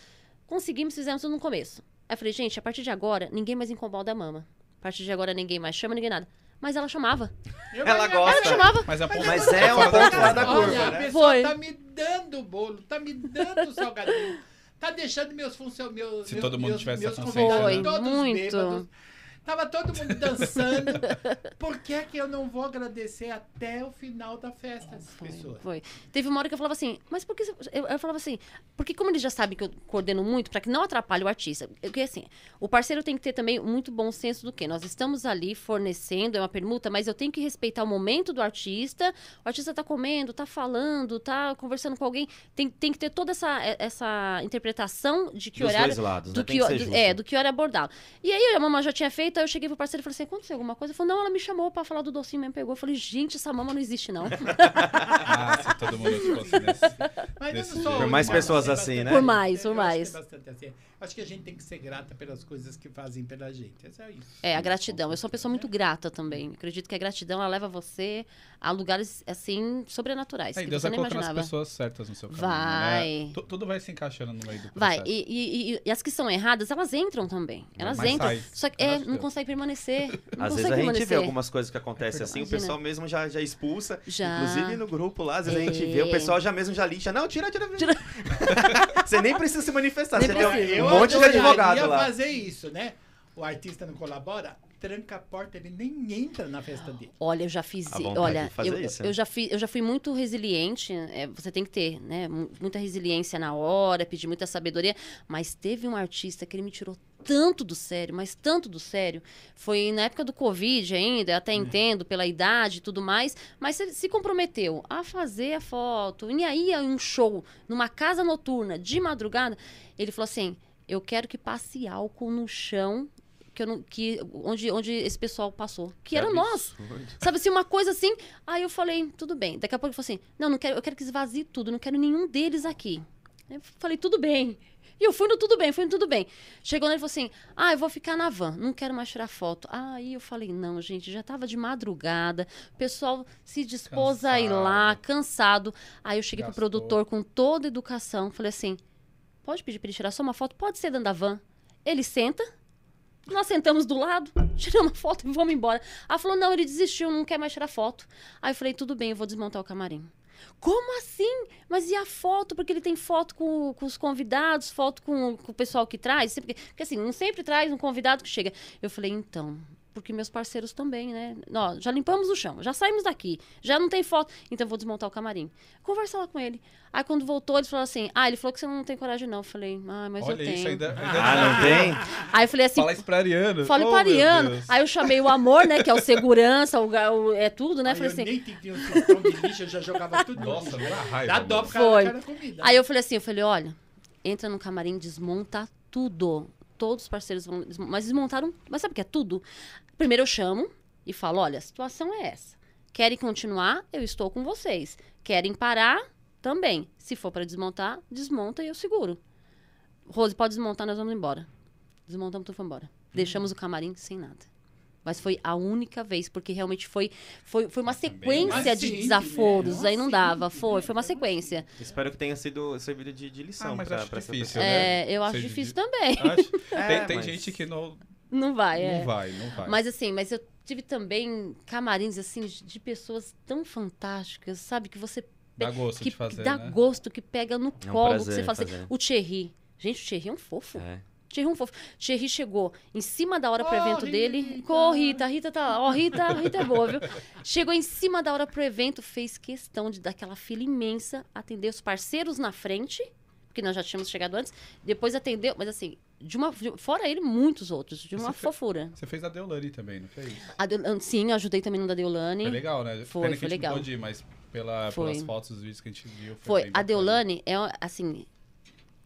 Conseguimos, fizemos tudo no começo. Aí eu falei, gente, a partir de agora, ninguém mais incomoda a mama. A partir de agora, ninguém mais chama, ninguém nada. Mas ela chamava.
Eu
Ela
ganhei-
gosta.
Ela chamava.
Mas, um a ponta-
Mas é uma ponta fora da
Olha,
curva,
a
né?
pessoa
Foi.
tá me dando o bolo, tá me dando o salgadinho, tá deixando meus funcionários,
Se
meus,
todo mundo
meus,
tivesse
meus
essa
convidados
consciência, né?
todos
Foi,
bêbados.
muito.
Tava todo mundo dançando. Por que é que eu não vou agradecer até o final da festa essas
Foi,
pessoas?
foi. Teve uma hora que eu falava assim, mas por que. você- Eu, eu falava assim, porque como ele já sabe que eu coordeno muito, para que não atrapalhe o artista. Porque assim, o parceiro tem que ter também um muito bom senso do que? Nós estamos ali fornecendo, é uma permuta, mas eu tenho que respeitar o momento do artista. O artista tá comendo, tá falando, tá conversando com alguém. Tem, tem que ter toda essa, essa interpretação de que
Dos
horário
dois lados,
do
né?
que, é,
Tem que ser
do-
justo.
é, do que hora abordá-lo. E aí a mamãe já tinha feito, Então eu cheguei pro parceiro e falei assim: aconteceu alguma coisa? Ele falou: não, ela me chamou pra falar do docinho mesmo, pegou. Eu falei: gente, essa mama não existe, não.
Ah, se todo mundo
*laughs*
fosse nesse.
Mas eu não
Desse
sou
jeito.
a
Por
única,
mais
eu acho que
pessoas
tem
assim,
bastante-
né?
Por mais, por
Eu acho que
mais.
tem bastante assim. Acho que a gente tem que ser grata pelas coisas que fazem pela gente. É só isso.
É, a gratidão. Eu sou uma pessoa muito grata também. Acredito que a gratidão ela leva você a lugares, assim, sobrenaturais.
Aí
que
Deus
você
vai
não
colocando
imaginava.
as pessoas né? certas no seu caminho.
Vai.
né? Tu- Tudo vai se encaixando no meio do
Vai,
processo.
e, e- e- e as que são erradas, elas entram também. Elas
Mas
entram.
sai.
Só que é,
Graças a
não
Deus.
consegue permanecer. Não
Às
consegue
vezes a gente
permanecer.
vê algumas coisas que acontecem assim, o
Imagina.
pessoal mesmo já, já expulsa.
É né? Já.
Inclusive no grupo lá, às vezes a gente
É.
vê, o pessoal já mesmo já lixa. Não, tira, tira. tira. *laughs* você nem precisa se manifestar,
Nem
você tem um-
precisa.
um monte de advogado
Eu
lá.
Então, fazer isso, né? O artista não colabora, tranca a porta, ele nem entra na festa dele.
Olha, eu já fiz.
A vontade
Olha,
de fazer
eu,
isso,
eu
né?
já fui, eu já fui muito resiliente. é, você tem que ter, né? mu- Muita resiliência na hora, pedir muita sabedoria. Mas teve um artista que ele me tirou tanto do sério, mas tanto do sério. Foi na época do Covid ainda, eu até
Uhum.
entendo, pela idade e tudo mais. Mas se, se comprometeu a fazer a foto. E aí, a um show, numa casa noturna, de madrugada, ele falou assim: Eu quero que passe álcool no chão. Que eu não, que, onde, onde esse pessoal passou. Que era nós. Sabe assim, uma coisa assim. Aí eu falei, tudo bem. Daqui a pouco ele falou assim: não, não quero, eu quero que esvazie tudo, não quero nenhum deles aqui. Eu falei, tudo bem. E eu fui no tudo bem, fui no tudo bem. Chegou nele e falou assim: ah, eu vou ficar na van, não quero mais tirar foto. Aí eu falei: não, gente, já tava de madrugada, o pessoal se dispôs a ir lá, cansado. Aí eu cheguei pro
Gastou.
produtor com toda a educação, falei assim: pode pedir pra ele tirar só uma foto? Pode ser dentro da van. Ele senta, nós sentamos do lado, *laughs* tiramos a foto e vamos embora. Ela falou: não, ele desistiu, não quer mais tirar foto. Aí eu falei: tudo bem, eu vou desmontar o camarim. Como assim? Mas e a foto? Porque ele tem foto com, com os convidados, foto com, com o pessoal que traz. Sempre, porque assim, não sempre traz um convidado que chega. Eu falei, então, porque meus parceiros também, né? Ó, já limpamos o chão, já saímos daqui, já não tem foto, então eu vou desmontar o camarim. Conversa lá com ele. Aí quando voltou, ele falou assim: ah, ele falou que você não tem coragem, não. Eu falei, ah, mas eu
Olha
tenho.
isso ainda. ainda
Ah,
*laughs*
não tem?
Aí eu falei assim,
Fala isso pra Ariano.
Falei
oh,
pro
meu
Ariano.
Deus.
Aí eu chamei o amor, né? Que é o segurança, o, ga- o- é tudo, né?
Aí
falei
eu
assim.
nem tinha um cestão de lixo, eu já jogava
*laughs*
tudo no
Nossa,
lixo.
dá raiva.
Dá dó
mano.
pro cara,
Foi.
cara comida.
Aí eu falei assim, eu falei, olha, entra no camarim, desmonta tudo. Todos os parceiros vão. desmo- Mas desmontaram. Mas sabe o que é tudo? Primeiro eu chamo e falo, olha, a situação é essa. Querem continuar? Eu estou com vocês. Querem parar? Também. Se for para desmontar, desmonta e eu seguro. Rose, pode desmontar, nós vamos embora. Desmontamos tudo, foi embora.
Uhum.
Deixamos o camarim sem nada. Mas foi a única vez, porque realmente foi, foi, foi uma sequência
Mas
de
sempre, né?
desaforos. Aí não
Sempre,
dava,
né?
foi, foi
Então,
uma
assim,
sequência.
Espero que tenha sido servido de, de lição
Ah, mas
pra,
acho
pra essa
difícil,
pessoa.
né?
É, eu acho
Seja
difícil
de-
também. *laughs*
Acho.
É,
Tem, tem
mas-
gente que não,
Não vai, é.
não vai, não vai.
Mas assim, mas eu tive também camarins assim de pessoas tão fantásticas, sabe que você
dá gosto
que,
de fazer,
que dá
né?
gosto, que pega
É
no
um
colo, que
prazer
você fala assim,
fazer.
o Thierry. Gente, o Thierry é um fofo.
É.
Thierry é um fofo. Thierry chegou em cima da hora pro
Ô,
evento dele.
Rita!
Ô, Rita, a Rita tá lá. Ó, Rita, a Rita é boa, viu? Chegou em cima da hora pro evento, fez questão de dar aquela fila imensa, atender os parceiros na frente, porque nós já tínhamos chegado antes, depois atendeu, mas assim, de uma, de- fora ele, muitos outros, de uma
Você fe-
fofura.
Você fez a Deolani também, não fez?
A Deol- Sim, eu ajudei também no da Deolane.
Foi legal, né?
Foi,
Pena que
foi
a gente
legal.
não pôde ir, mas pela,
Foi.
pelas fotos, os vídeos que a gente viu.
Foi.
bem
A
bacana.
Deolane é assim.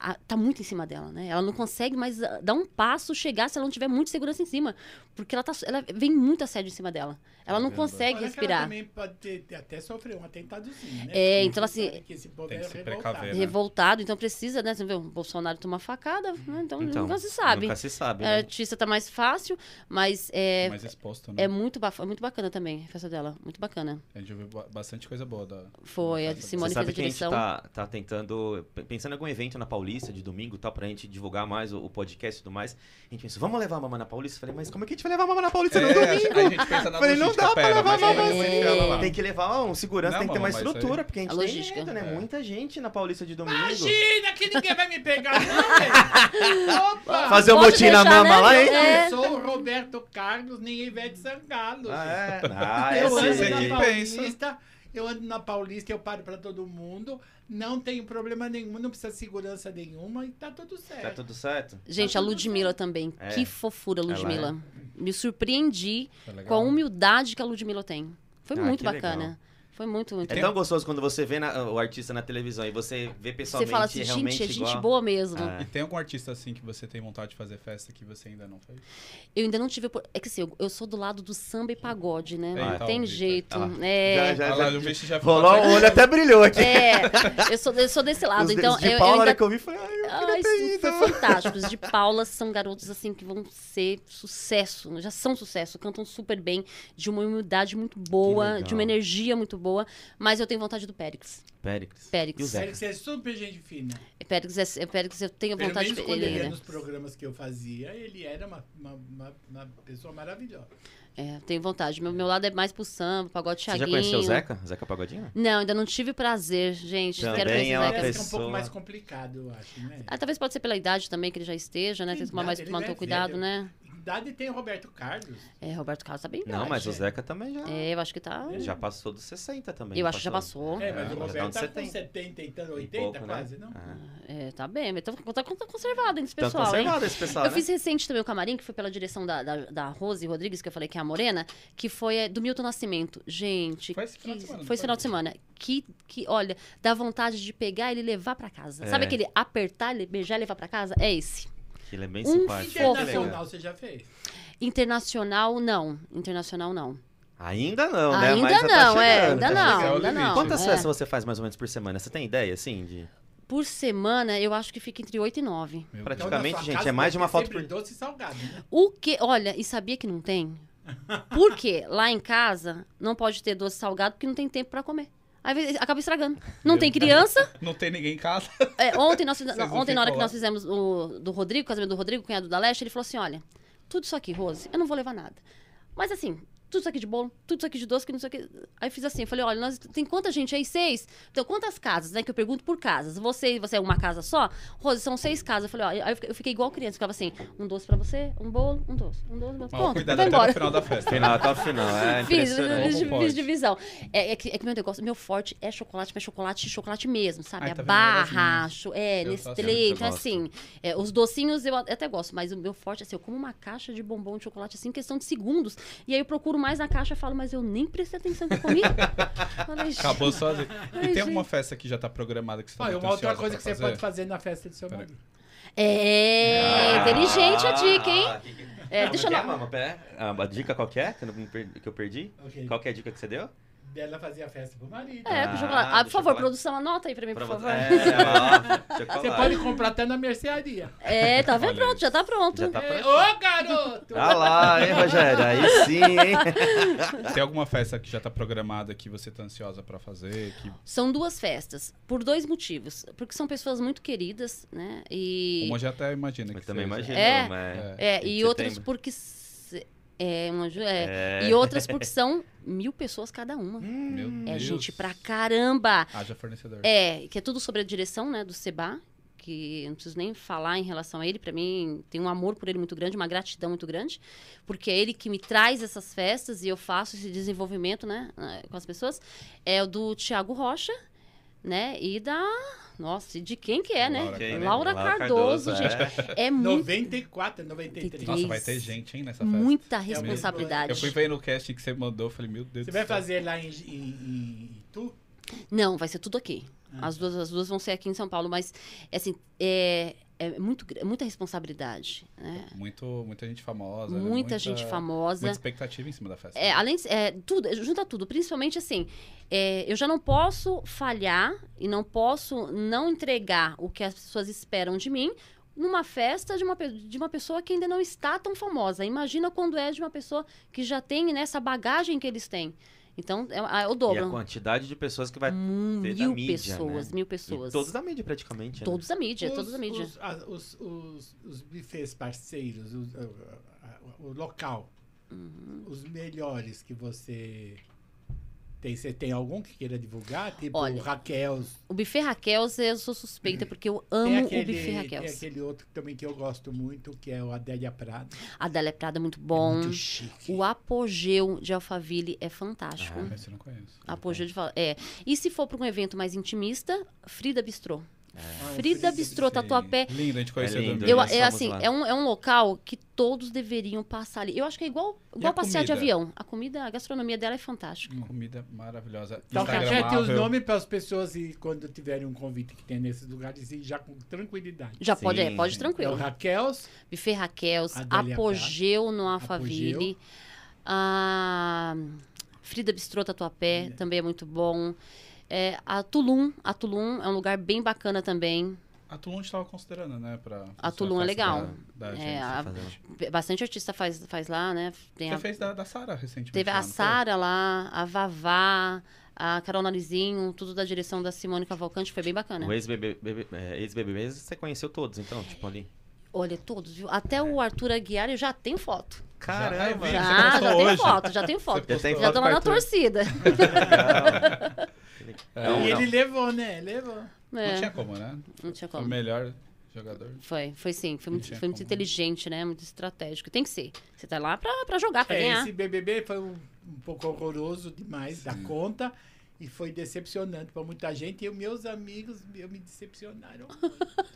a- tá muito em cima dela, né? Ela não consegue mais ah, dar um passo, chegar se ela não tiver muita segurança em cima. Porque ela tá. Ela vem muito assédio em cima dela. Ela não
Caramba.
Olha
consegue
que ela
respirar.
também pode ter, até sofrer um atentadozinho, né?
É, então,
Você
assim,
sabe que esse povo
Tem que
é
se
revoltado.
precaver, né?
Revoltado, então precisa, né? Você vê, o Bolsonaro toma facada, né? Então,
Então,
nunca se sabe.
Nunca se sabe.
A
né?
artista tá mais fácil, mas é,
Mais exposto, né?
é muito, ba- é muito bacana também a festa dela. Muito bacana.
A gente viu ba- bastante coisa boa da.
Foi, a
Você
Simone
Você sabe
fez a
que a gente
direção.
tá, tá tentando, p- pensando em algum evento na Paulista de domingo, tá? Pra gente divulgar mais o, o podcast e tudo mais. A gente pensou, vamos levar a mamãe na Paulista? Eu Falei, mas como é que a gente vai levar a mamãe na Paulista no
É,
domingo?
a gente pensa na
Falei, não
logística,
dá pra
pera,
levar
mas
a
vai
mamãe.
ser ela lá.
Tem que levar ó, um segurança,
Não,
tem que ter uma
mamãe, isso aí-
estrutura, porque a gente
A logística.
tem medo, né?
É.
Muita gente na Paulista de domingo.
Imagina é que ninguém vai me pegar,
*laughs*
não, velho. Opa!
Fazer um
Pode
motim na
deixar,
mama
né?
lá, hein?
É.
Eu sou o Roberto Carlos, nem Ivete Sangalo.
Ah, *laughs*
gente.
é? Ah,
eu
essa
sei,
ando
sei
na
quem
aí.
Paulista, eu ando na Paulista, eu paro pra todo mundo, não tenho problema nenhum, não precisa de segurança nenhuma e tá tudo certo.
Tá tudo certo?
Gente, a Ludmilla também.
É.
Que fofura,
Ela é.
Ludmilla. Me surpreendi
Foi legal.
um com a humildade que a Ludmilla tem. Foi
Ah,
muito
que
bacana.
legal.
Foi muito, muito
É
bom.
tão gostoso quando você vê na- o artista na televisão e você vê
Você
pessoalmente
fala assim,
realmente
gente, é gente
igual.
boa mesmo.
É.
E tem algum artista assim que você tem vontade de fazer festa que você ainda não fez?
Eu ainda não tive... opor- É que assim, eu, eu sou do lado do samba e pagode, né?
Ah,
não
tá,
tem
Vitor.
jeito.
É, Ah,
é...
já- já-
Ah lá, o bicho já ficou
Rolou um
até-
olho até brilhou aqui.
É, eu sou, eu sou desse
Os
lado.
de-
então,
os de
eu, eu
Paula, na
ainda
hora que eu vi, falei, ai, eu
Ai, são, são fantásticos. De Paula são garotos assim que vão ser sucesso, né? já são sucesso, cantam super bem, de uma humildade muito boa,
legal.
de uma energia muito boa. Mas eu tenho vontade do Périx.
Péricles. E o
Périx.
Zé?
Sério que você é super gente fina.
Périx, é, é- Périx eu tenho
Pelo
vontade
menos
de
quando
ele.
ele
ele
ia
é-
nos programas que eu fazia, ele era uma, uma, uma- uma pessoa maravilhosa.
é, eu tenho vontade. Meu, meu lado é mais pro samba, pagode
Você já
Thiaguinho.
conheceu o Zeca? Zeca Pagodinho?
Não, ainda não tive prazer, gente.
Também
Quero conhecer
é
o
uma
Zeca.
Parece que é um
pessoa-
pouco mais complicado, eu acho, né?
Ah, talvez pode ser pela idade também, que ele já esteja, né? Tem que tomar
Idade,
mais
ele
tomar
já é
um cuidado,
velho.
né?
Idade tem o Roberto Carlos.
É, Roberto Carlos tá bem
Não, mas o
idade.
Zeca também já,
É, eu acho que tá.
É.
já passou dos 60 também.
Eu
não
acho que já passou.
É, mas
É,
o
mas
Roberto
onde
tá
você
com
tem?
70 e tanto,
Tem
80
pouco, né?
quase, não?
É.
É, tá bem, mas tá, tá, tá conservado hein, esse
Tanto
pessoal, hein?
conservado esse pessoal,
Eu
né?
fiz recente também o Camarim, que foi pela direção da, da, da Rose Rodrigues, que eu falei que é a Morena, que foi é, do Milton Nascimento. Gente,
Foi esse final
que-
de semana, não
foi esse
foi?
final de semana. Que, que, olha, dá vontade de pegar ele e levar pra casa. Sabe
É.
aquele apertar, ele beijar e levar pra casa? É esse.
Ele é bem
Um
simpático.
fofo.
que legal.
Internacional você já fez.
Internacional, não. Internacional, não.
Ainda não, né?
ainda
Mas já
não,
tá
é,
chegando,
ainda
tá
não,
chegando.
chegando.
ainda não.
Quantas
é.
festas você faz mais ou menos por semana? Você tem ideia, assim? De...
Por semana, eu acho que fica entre 8 e 9.
Meu
Pra te
Então,
Deus.
na
Praticamente,
sua
gente,
casa
é mais de uma
deve ter
foto por-
sempre doce e salgado, né?
O que? Olha, e sabia que não tem? Por quê? Lá em casa não pode ter doce salgado porque não tem tempo pra comer. Aí ve- acaba estragando. Não tem criança.
Não tem ninguém em casa.
É, ontem, nós fiz-
Vocês não
ontem na hora que
ficam lá?
nós fizemos o do Rodrigo, casamento do Rodrigo, cunhado da Leste, ele falou assim: olha, tudo isso aqui, Rose, eu não vou levar nada. Mas assim, tudo isso aqui de bolo, tudo isso aqui de doce, que não sei o que. Aí eu fiz assim, eu falei, olha, nós tem quanta gente aí? Seis? Então, quantas casas, né? Que eu pergunto por casas. Você você é uma casa só? Rose, são seis casas. Eu falei, ó, aí eu fiquei- eu fiquei igual criança, ficava assim, um doce pra você, um bolo, um doce, um doce, um doce.
Mas o
Pronto,
cuidado
vai
até
embora.
no final da festa. né?
*laughs* Final, tá o final. É
Fiz,
impressionante.
fiz,
Como
fiz
pode?
divisão. É, é que, é que meu negócio, meu forte é chocolate, mas chocolate, chocolate mesmo, sabe?
Ai,
a
tá vendo?
barra,
Maravilhoso.
cho- é,
Eu faço
Nestlé,
muito, eu
então
gosto.
assim, é, os docinhos eu até gosto, mas o meu forte é assim, eu como uma caixa de bombom de chocolate assim, em questão de segundos, e aí eu procuro mais na caixa e falo, mas eu nem prestei atenção que eu comi. Falei,
Acabou sozinho.
Ai,
E tem alguma
gente.
festa que já tá programada que você tá
Olha,
muito
uma outra
ansiosa
coisa
pra
que você
fazer?
pode fazer na festa do seu
Peraí.
marido.
Ah,
É, inteligente a dica, hein? É, deixa eu
lá.
não-
Ah, A dica qualquer que eu, não per- que eu perdi?
Ok.
Qual que é a dica que você deu?
Dela fazia festa pro marido.
É,
Ah,
com chocolate. Ah,
do
por favor,
chocolate.
produção, anota aí pra mim,
Pra
por
você-
favor.
É, ó,
Você
chocolate.
pode comprar até na mercearia.
É, tá vendo?
Olha
Pronto,
isso.
já tá pronto.
Já tá
É,
pronto.
Ô, garoto!
Tá lá, hein, Rogério? Aí sim, hein?
Tem alguma festa que já tá programada que você tá ansiosa pra fazer? Que...
São duas festas, por dois motivos. Porque são pessoas muito queridas, né? E.
Uma já até imagina
Eu
que
também
seja.
imagino, né,
É.
mas...
É,
em
e outras
setembro.
porque. se- É, uma ju- é.
É.
E outras porque são mil pessoas cada uma.
Meu
É
Deus.
gente pra caramba.
Haja fornecedor.
É, que é tudo sobre a direção, né, do Seba, que eu não preciso nem falar em relação a ele, pra mim tem um amor por ele muito grande, uma gratidão muito grande, porque é ele que me traz essas festas e eu faço esse desenvolvimento, né, eh, com as pessoas. É o do Tiago Rocha, né, e da nossa, e de quem que é, né?
Laura
Quem,
né?
Laura Cardoso,
*laughs* gente.
É muito
94, 93.
Nossa, vai ter gente, hein, nessa festa.
muita
mesmo.
responsabilidade.
Eu fui ver no casting que você mandou, eu falei, meu Deus
Você
do
vai
céu.
fazer lá em, em, em Itu?
Não, vai ser tudo aqui.
Ah,
As, duas, as duas vão ser aqui em São Paulo, mas assim, é, é muito, gr- muita responsabilidade, né?
Muito, muita gente famosa. né?
Muita, gente famosa.
Muita expectativa em cima da festa. né?
É, além de, é, tudo, junta tudo, principalmente assim, é, eu já não posso falhar e não posso não entregar o que as pessoas esperam de mim numa festa de uma, pe- de uma pessoa que ainda não está tão famosa. Imagina quando é de uma pessoa que já tem né, essa bagagem que eles têm. Então, é, é o
E a
dobro.
quantidade de pessoas que vai...
Hum,
ter da
mil,
mídia,
pessoas,
né?
mil
e
pessoas,
Todos da mídia, praticamente. né?
Todos da mídia,
os-
todos da mídia.
Os, a- os, os, os bufês parceiros, os- a- a- o local,
Uhum.
os melhores que você tem. Você tem algum que queira divulgar? Tipo
Olha,
Raquel.
O buffet Raquels, eu sou suspeita porque eu
Tem
amo o buffet
aquele, tem
Raquels.
aquele outro também que eu gosto muito, que é o Adélia Prado.
A Dália Prada é muito bom.
Muito chique.
O apogeu de Alphaville é fantástico.
Ah,
Esse eu não conheço.
Apogeu de fala. É. E se for para um evento mais intimista, Frida Bistrô. Frida Bistrô,
Sim.
Tatuapé.
Lindo, a gente conheceu
É lindo.
também.
Eu,
já
é
fomos
assim,
lá.
é um, é um local que todos deveriam passar ali. Eu acho que é igual, igual
a
passear de
comida?
avião. A comida, a gastronomia dela é fantástica.
Comida maravilhosa.
Então, repete os
Instagramável.
nomes para as pessoas e quando tiverem um convite que tem nesses lugares e já com tranquilidade.
Já
Sim,
pode, é, pode
sim.
É o
tranquilo.
Raquel's,
Buffet Raquels,
Adélia
Apogeu no
Apogeu.
Alphaville, a Frida Bistrô Tatuapé também é muito bom. É, a Tulum, a Tulum é um lugar bem bacana também.
A Tulum a gente tava considerando, né? Pra pra
A Tulum
essa
é
festa
legal.
Da, da
É,
gente.
a- Bastante artista faz, faz lá, né? Tem
Você
a-
fez da, da Sara recentemente.
Teve
lá,
a
não foi?
Sara lá, a Vavá, a Carol Narizinho, tudo da direção da Simone Cavalcante, foi bem bacana.
O ex-BBB, é, ex-BBB, você conheceu todos, então, tipo ali.
Olha, todos, viu? Até o Arthur Aguiar, eu já tenho foto.
Caramba! *laughs*
Você
Já, já
postou
tenho
hoje?
foto, já tenho foto.
Você tem
postou?
Já
foto
tô
com
lá na
Arthur?
torcida.
É, não,
e
não.
ele levou, né? Levou.
Não
*laughs* É,
tinha como, né?
não tinha
Foi o
como.
melhor jogador.
Foi, foi sim. Foi
Não
muito,
tinha
foi muito
como.
inteligente, né? Muito estratégico. Tem que ser. Você tá lá pra, pra jogar, pra
É,
ganhar.
esse BBB foi um, um pouco horroroso demais da conta e foi decepcionante para muita gente. E os meus amigos me- me decepcionaram.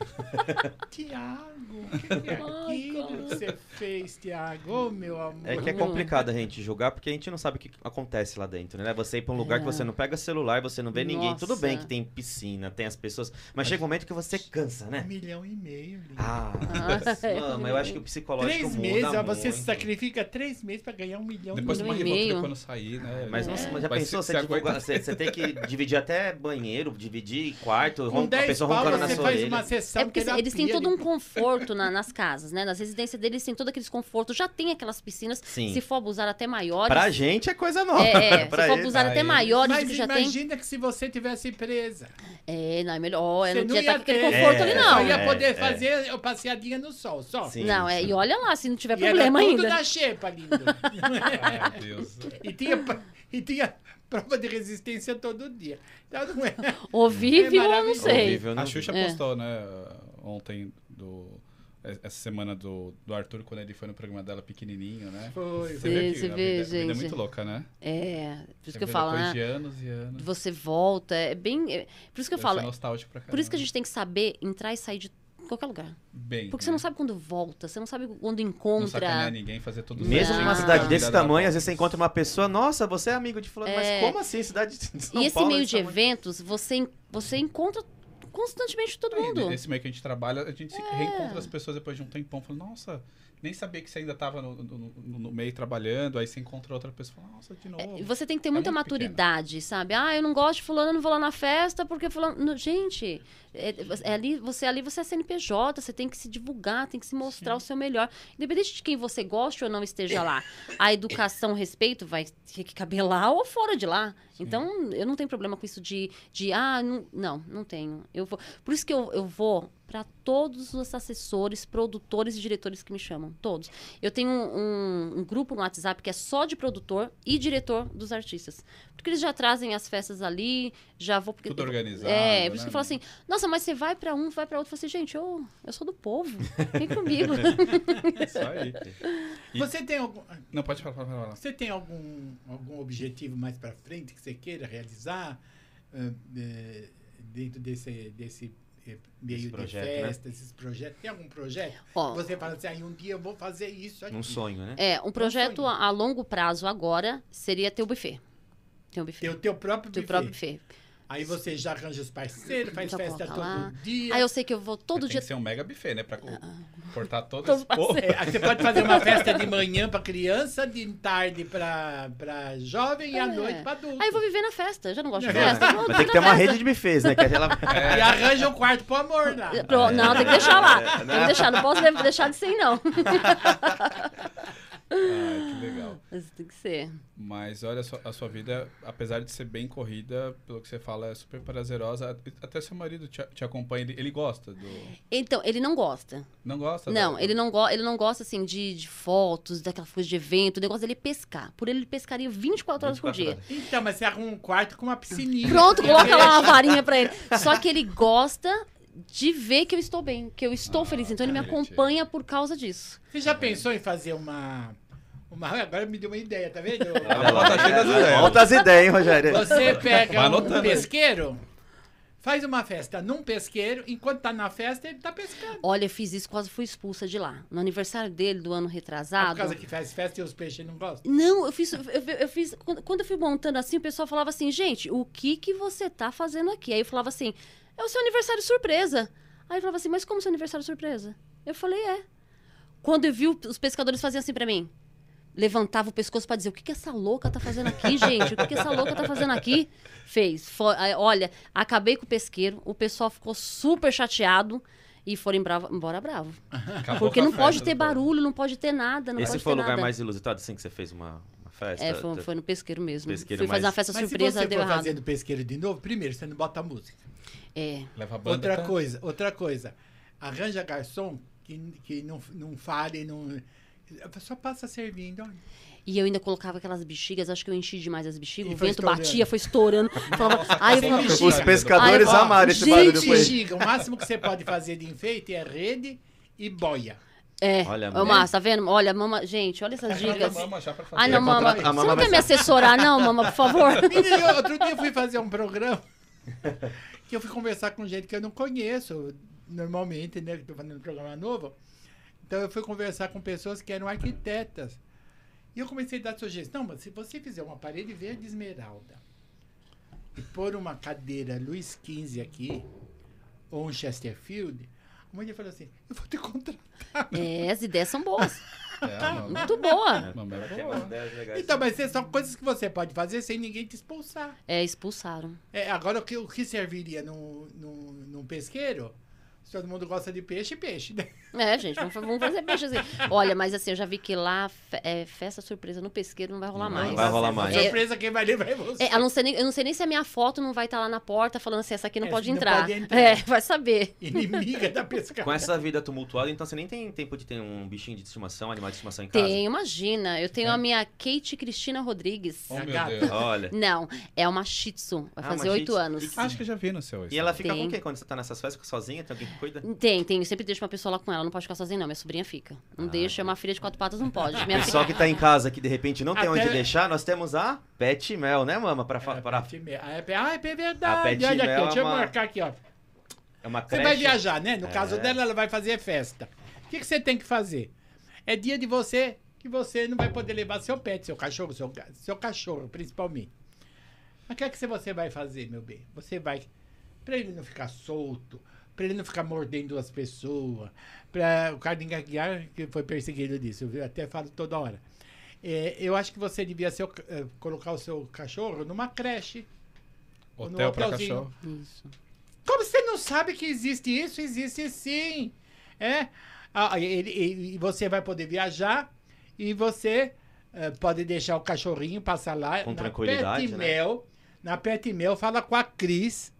*laughs*
Tiago, o que que é aquilo que você fez, Tiago? Ô, meu amor.
É que é complicado a gente julgar, porque a gente não sabe o que acontece lá dentro, né? Você ir pra um lugar que
É.
você não pega celular, você não vê ninguém. Tudo
Nossa.
bem que tem piscina, tem as pessoas, mas chega um momento que você cansa,
Um
né?
milhão e meio.
*laughs*
lindo.
Ah,
Ah,
mama, eu acho que o psicológico
Três
muda
meses, ah,
muito.
você se sacrifica três meses para ganhar um milhão
Depois
e
tu
um
meio.
milhão e
manda
meio.
quando sair, né?
Mas nossa, mas já
Vai
pensou? é
se-
você,
se aguenta-
divulgar- você- você tem que dividir até banheiro, dividir quarto,
Com
ronca, a
10
pessoa
pau,
roncando um na
você
sua
faz
orelha.
uma sessão
É porque se- eles têm
terapia,
todo um conforto na- nas casas, né? Nas residências deles tem todo aquele conforto. Já tem aquelas piscinas,
Sim.
se for abusar até maiores.
Pra gente *laughs* é coisa nova.
É, é, se for
pra eles.
abusar
pra
até
eles.
maiores do
Mas
que já tem.
imagina que se você tivesse presa.
É, não, é melhor. Ó, eu
Você não
não tinha tá
ia
com aquele
ter.
conforto ali,
É,
não.
Só ia
é,
poder
é.
fazer a passeadinha no sol, só.
Sim.
Não, é, e olha lá, se não tiver
E era
problema
tudo
ainda.
na xepa, lindo.
*laughs*
Ai, meu Deus.
e, tinha, pa- e tinha prova de resistência todo dia. Então não é.
Ouvir,
É
viu? Eu não
maravilhoso.
sei.
Horrível, né?
A Xuxa
É.
postou, né, ontem do. é, Essa semana do, do Arthur, quando ele foi no programa dela pequenininho, né?
Foi,
Sim.
vê que
você
a vida,
vê,
a vida é
gente.
muito louca, né?
É, por isso
Você
que eu
vê
falo,
depois
né?
de anos e anos.
Você volta, é bem. é- por isso que eu
Deve
falo, é
ser nostálgico pra
por isso que a
caramba.
gente tem que saber entrar e sair de qualquer lugar.
Bem,
Porque
né?
você não sabe quando volta, você não sabe quando
Não sacanear
encontra.
ninguém, fazer tudo
Mesmo
certinho.
numa
Ah.
cidade desse
Cuidar da
tamanho,
volta.
às vezes você encontra uma pessoa, nossa, você é amigo de fulano,
É.
mas como assim? Cidade de São
e
é
esse
Paulo,
meio
esse
de
tamanho?
eventos, você, en- você encontra constantemente todo
Aí,
mundo. É.
Nesse meio que a gente trabalha, a gente se reencontra as pessoas depois de um tempão. Fala, nossa, nem sabia que você ainda tava no, no- no- no meio trabalhando. Aí você encontra outra pessoa, fala, nossa, de
É,
novo.
e você tem que ter muita
muito pequeno.
maturidade, sabe? Ah, eu não gosto de fulano, eu não vou lá na festa porque fulano... Não, gente, é, é ali, você, ali você é CNPJ, você tem que se divulgar, tem que se mostrar o seu melhor. Independente de quem você goste ou não esteja lá, a educação, o respeito vai ter que caber lá ou fora de lá. Então, eu não tenho problema com isso de... de ah, não, não, não tenho. Eu vou... Por isso que eu, eu vou para todos os assessores, produtores e diretores que me chamam, todos. Eu tenho um, um- um grupo no WhatsApp que é só de produtor e diretor dos artistas. Porque eles já trazem as festas ali, já vou. Porque,
Tudo organizado,
É, por
né?
isso que eu falo assim: nossa, mas você vai para um, vai para outro. Eu falo assim, gente, eu, eu sou do povo, vem comigo.
Isso *laughs* aí.
Você tem algum,
Não, pode falar, pode falar.
você tem algum, algum objetivo mais para frente que você queira realizar eh, eh, dentro desse, desse eh, meio
projeto,
de
né?
festas, esses projetos? Tem algum projeto?
Ó,
Você fala assim, aí um dia eu vou fazer isso aqui.
Um sonho, né?
é, um projeto a, a longo prazo agora seria ter o buffet. Ter um buffet.
Tem o teu próprio
Ter o
buffet.
próprio buffet.
Aí você já arranja os parceiros, faz
Já
festa
coloca
todo
lá.
dia.
Aí eu sei que eu vou todo
Mas
dia.
Tem
Ah,
que ser um mega buffet, né? Pra co- cortar todo
Todo
esse povo.
*laughs* É, aí você pode fazer uma festa de manhã pra criança, de tarde pra, pra jovem e à
É.
noite pra adulto.
Aí eu vou viver na festa, eu já não *laughs* tá gosto de
É,
festa. eu vou
Mas
viver
tem que ter
na
uma
festa.
rede de bifes, né? Que aquela...
E arranja um quarto pro amor lá.
Pro- Não, tem que deixar lá. Tem que deixar, não posso de- deixar de ser, não.
Ai, Ah, que legal.
Mas tem que ser.
Mas olha, a sua, a sua vida, apesar de ser bem corrida, pelo que você fala, é super prazerosa. Até seu marido te, te acompanha, ele, ele gosta do.
Então, ele não gosta.
Não gosta?
Não,
da-
ele não, go ele não gosta, assim, de, de fotos, daquela coisa de evento. O negócio dele é pescar. Por ele, ele pescaria 24 horas por
24
dia.
horas.
Então, mas você arruma um quarto com uma piscininha.
Pronto, coloca lá uma varinha pra ele. Só que ele gosta de ver que eu estou bem, que eu estou
Ah,
feliz. Então, ele me
bonitinho.
acompanha por causa disso.
Você já pensou em fazer uma... uma... *laughs* Agora me deu uma ideia, tá
*laughs*
vendo?
Olha lá.
Tá cheio das ideias.
Volta as ideias, hein, Rogério?
Você
Vai
pega um
anotando aí.
pesqueiro, Faz uma festa num pesqueiro, enquanto tá na festa, ele tá pescando.
Olha, eu fiz isso, quase fui expulsa de lá. No aniversário dele, do ano
Ah,
retrasado.
Por causa que faz festa e os peixes não gostam.
Não, eu fiz, eu, eu fiz. Quando quando eu fui montando assim, o pessoal falava assim, gente, o que que você tá fazendo aqui? Aí eu falava assim, é o seu aniversário surpresa. Aí eu falava assim, mas como seu aniversário surpresa? Eu falei, é. Quando eu vi, o- os pescadores faziam assim pra mim. Levantava o pescoço pra dizer, o que que essa louca tá fazendo aqui, gente? O que que essa louca tá fazendo aqui? Fez. Fo- aí, olha, acabei com o pesqueiro, o pessoal ficou super chateado e foram embra- embora bravo.
Acabou
Porque
com a
não pode
festa, então.
ter
pô.
barulho, não pode ter nada, não
Esse
pode
foi o
ter
lugar
nada.
mais inusitado, assim, que você fez uma, uma festa?
É, foi, foi no pesqueiro mesmo.
Pesqueiro,
Fui fazer
mas-
uma festa
Mas se
surpresa,
você
deu
for
errado.
fazendo pesqueiro de novo, primeiro, você não bota música.
É.
Leva a banda. tá
Outra
pra-
coisa, outra coisa. Arranja garçom que, que não, não fale, não... Só passa servindo. olha.
E eu ainda colocava aquelas bexigas, acho que eu enchi demais as bexigas,
E
o
foi
vento
estourando.
batia, foi estourando. Falava, ai, eu
sem
falava,
bexiga.
Os pescadores
Ah, eu-
amaram esse
Gente!
barulho.
Gente,
Foi.
giga, o máximo que você pode fazer de enfeite é rede e boia.
é,
Olha,
Olha,
mãe.
Márcio, tá vendo? Olha, mama, gente, olha essas
Contrata a
dicas.
mama já pra fazer.
Ai, não, mama,
contrata- a mama
você não
vai
quer me assessorar, não, mama, por
*laughs*
favor?
Menino, eu- outro dia eu fui fazer um programa *laughs* que eu fui conversar com gente que eu não conheço normalmente, né? Que eu tô fazendo um programa novo. Então eu fui conversar com pessoas que eram arquitetas. E eu comecei a dar sugestão, mas se você fizer uma parede verde esmeralda e pôr uma cadeira Luiz XV aqui, ou um Chesterfield, a mulher falou assim, eu vou te contratar.
É, as ideias são boas,
É, a mama-
muito boa.
mama é boa.
Então, mas essas são coisas que você pode fazer sem ninguém te expulsar.
É, expulsaram.
É, agora o que, o que serviria num, num, num pesqueiro? Se todo mundo gosta de peixe, peixe, né?
É, gente, vamos, fa- vamos fazer peixe assim. Olha, mas assim, eu já vi que lá, fe- é, festa surpresa no pesqueiro não vai rolar
Não
mais.
vai rolar
Com
mais.
É.
Surpresa, quem vai levar é você.
É, eu, não sei nem, eu não sei nem se a minha foto não vai estar lá na porta falando assim, essa aqui não,
Essa
pode,
não
entrar.
pode entrar.
É, vai saber.
Inimiga da
*laughs*
Com
pescaria.
essa vida tumultuada, então você nem tem tempo de ter um bichinho de estimação, animal de estimação em casa?
Tem, imagina. Eu
É.
tenho a minha Kate Cristina Rodrigues.
Oh, meu
Gata.
Deus.
Olha.
Não, é uma Shih Tzu. Vai
É. Ah,
fazer
uma
oito
Shih-
anos.
Acho que eu já vi no seu.
E ela fica com
Tem.
o quê? Quando você tá nessas festas sozinha, tem alguém que cuida?
Tem, tem. Eu sempre deixo uma pessoa lá com ela. Não pode ficar sozinha, não. Minha sobrinha fica. Não
Ah.
deixa. É uma filha de quatro patas, não pode. Minha filha...
Pessoal que tá em casa que de repente não tem
Até-
onde deixar, nós temos a Pet Mel, né, mama? Pra, fa- pra-
Ah, é, pe- ah, é verdade.
Pet
Olha aqui,
Mel
ó, deixa
é
eu
uma
marcar aqui, ó. Você
É uma creche.
vai viajar, né? No caso
É.
dela, ela vai fazer festa. O que, que você tem que fazer? É dia de você que você não vai poder levar seu pet, seu cachorro, seu, ga- seu cachorro, principalmente. Mas o que é que você- você vai fazer, meu bem? Você vai. Pra ele não ficar solto, pra ele não ficar mordendo as pessoas, pra o Carlinhos Aguiar, que foi perseguido disso, viu? Até falo toda hora. É, eu acho que você devia ser o ca- eh, colocar o seu cachorro numa creche. ou num
Hotel pra
hotelzinho.
cachorro.
Isso.
Como você não sabe que existe isso? Existe sim. É. Ah, e- ele- e- e você vai poder viajar e você eh, pode deixar o cachorrinho passar lá
Com tranquilidade,
Pet
né?
Mel. Na Pet Mel, fala com a Cris.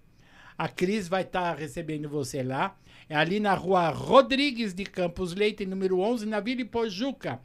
A Cris vai estar recebendo você lá. É ali na rua Rodrigues de Campos Leite, número 11, na Vila Ipojuca.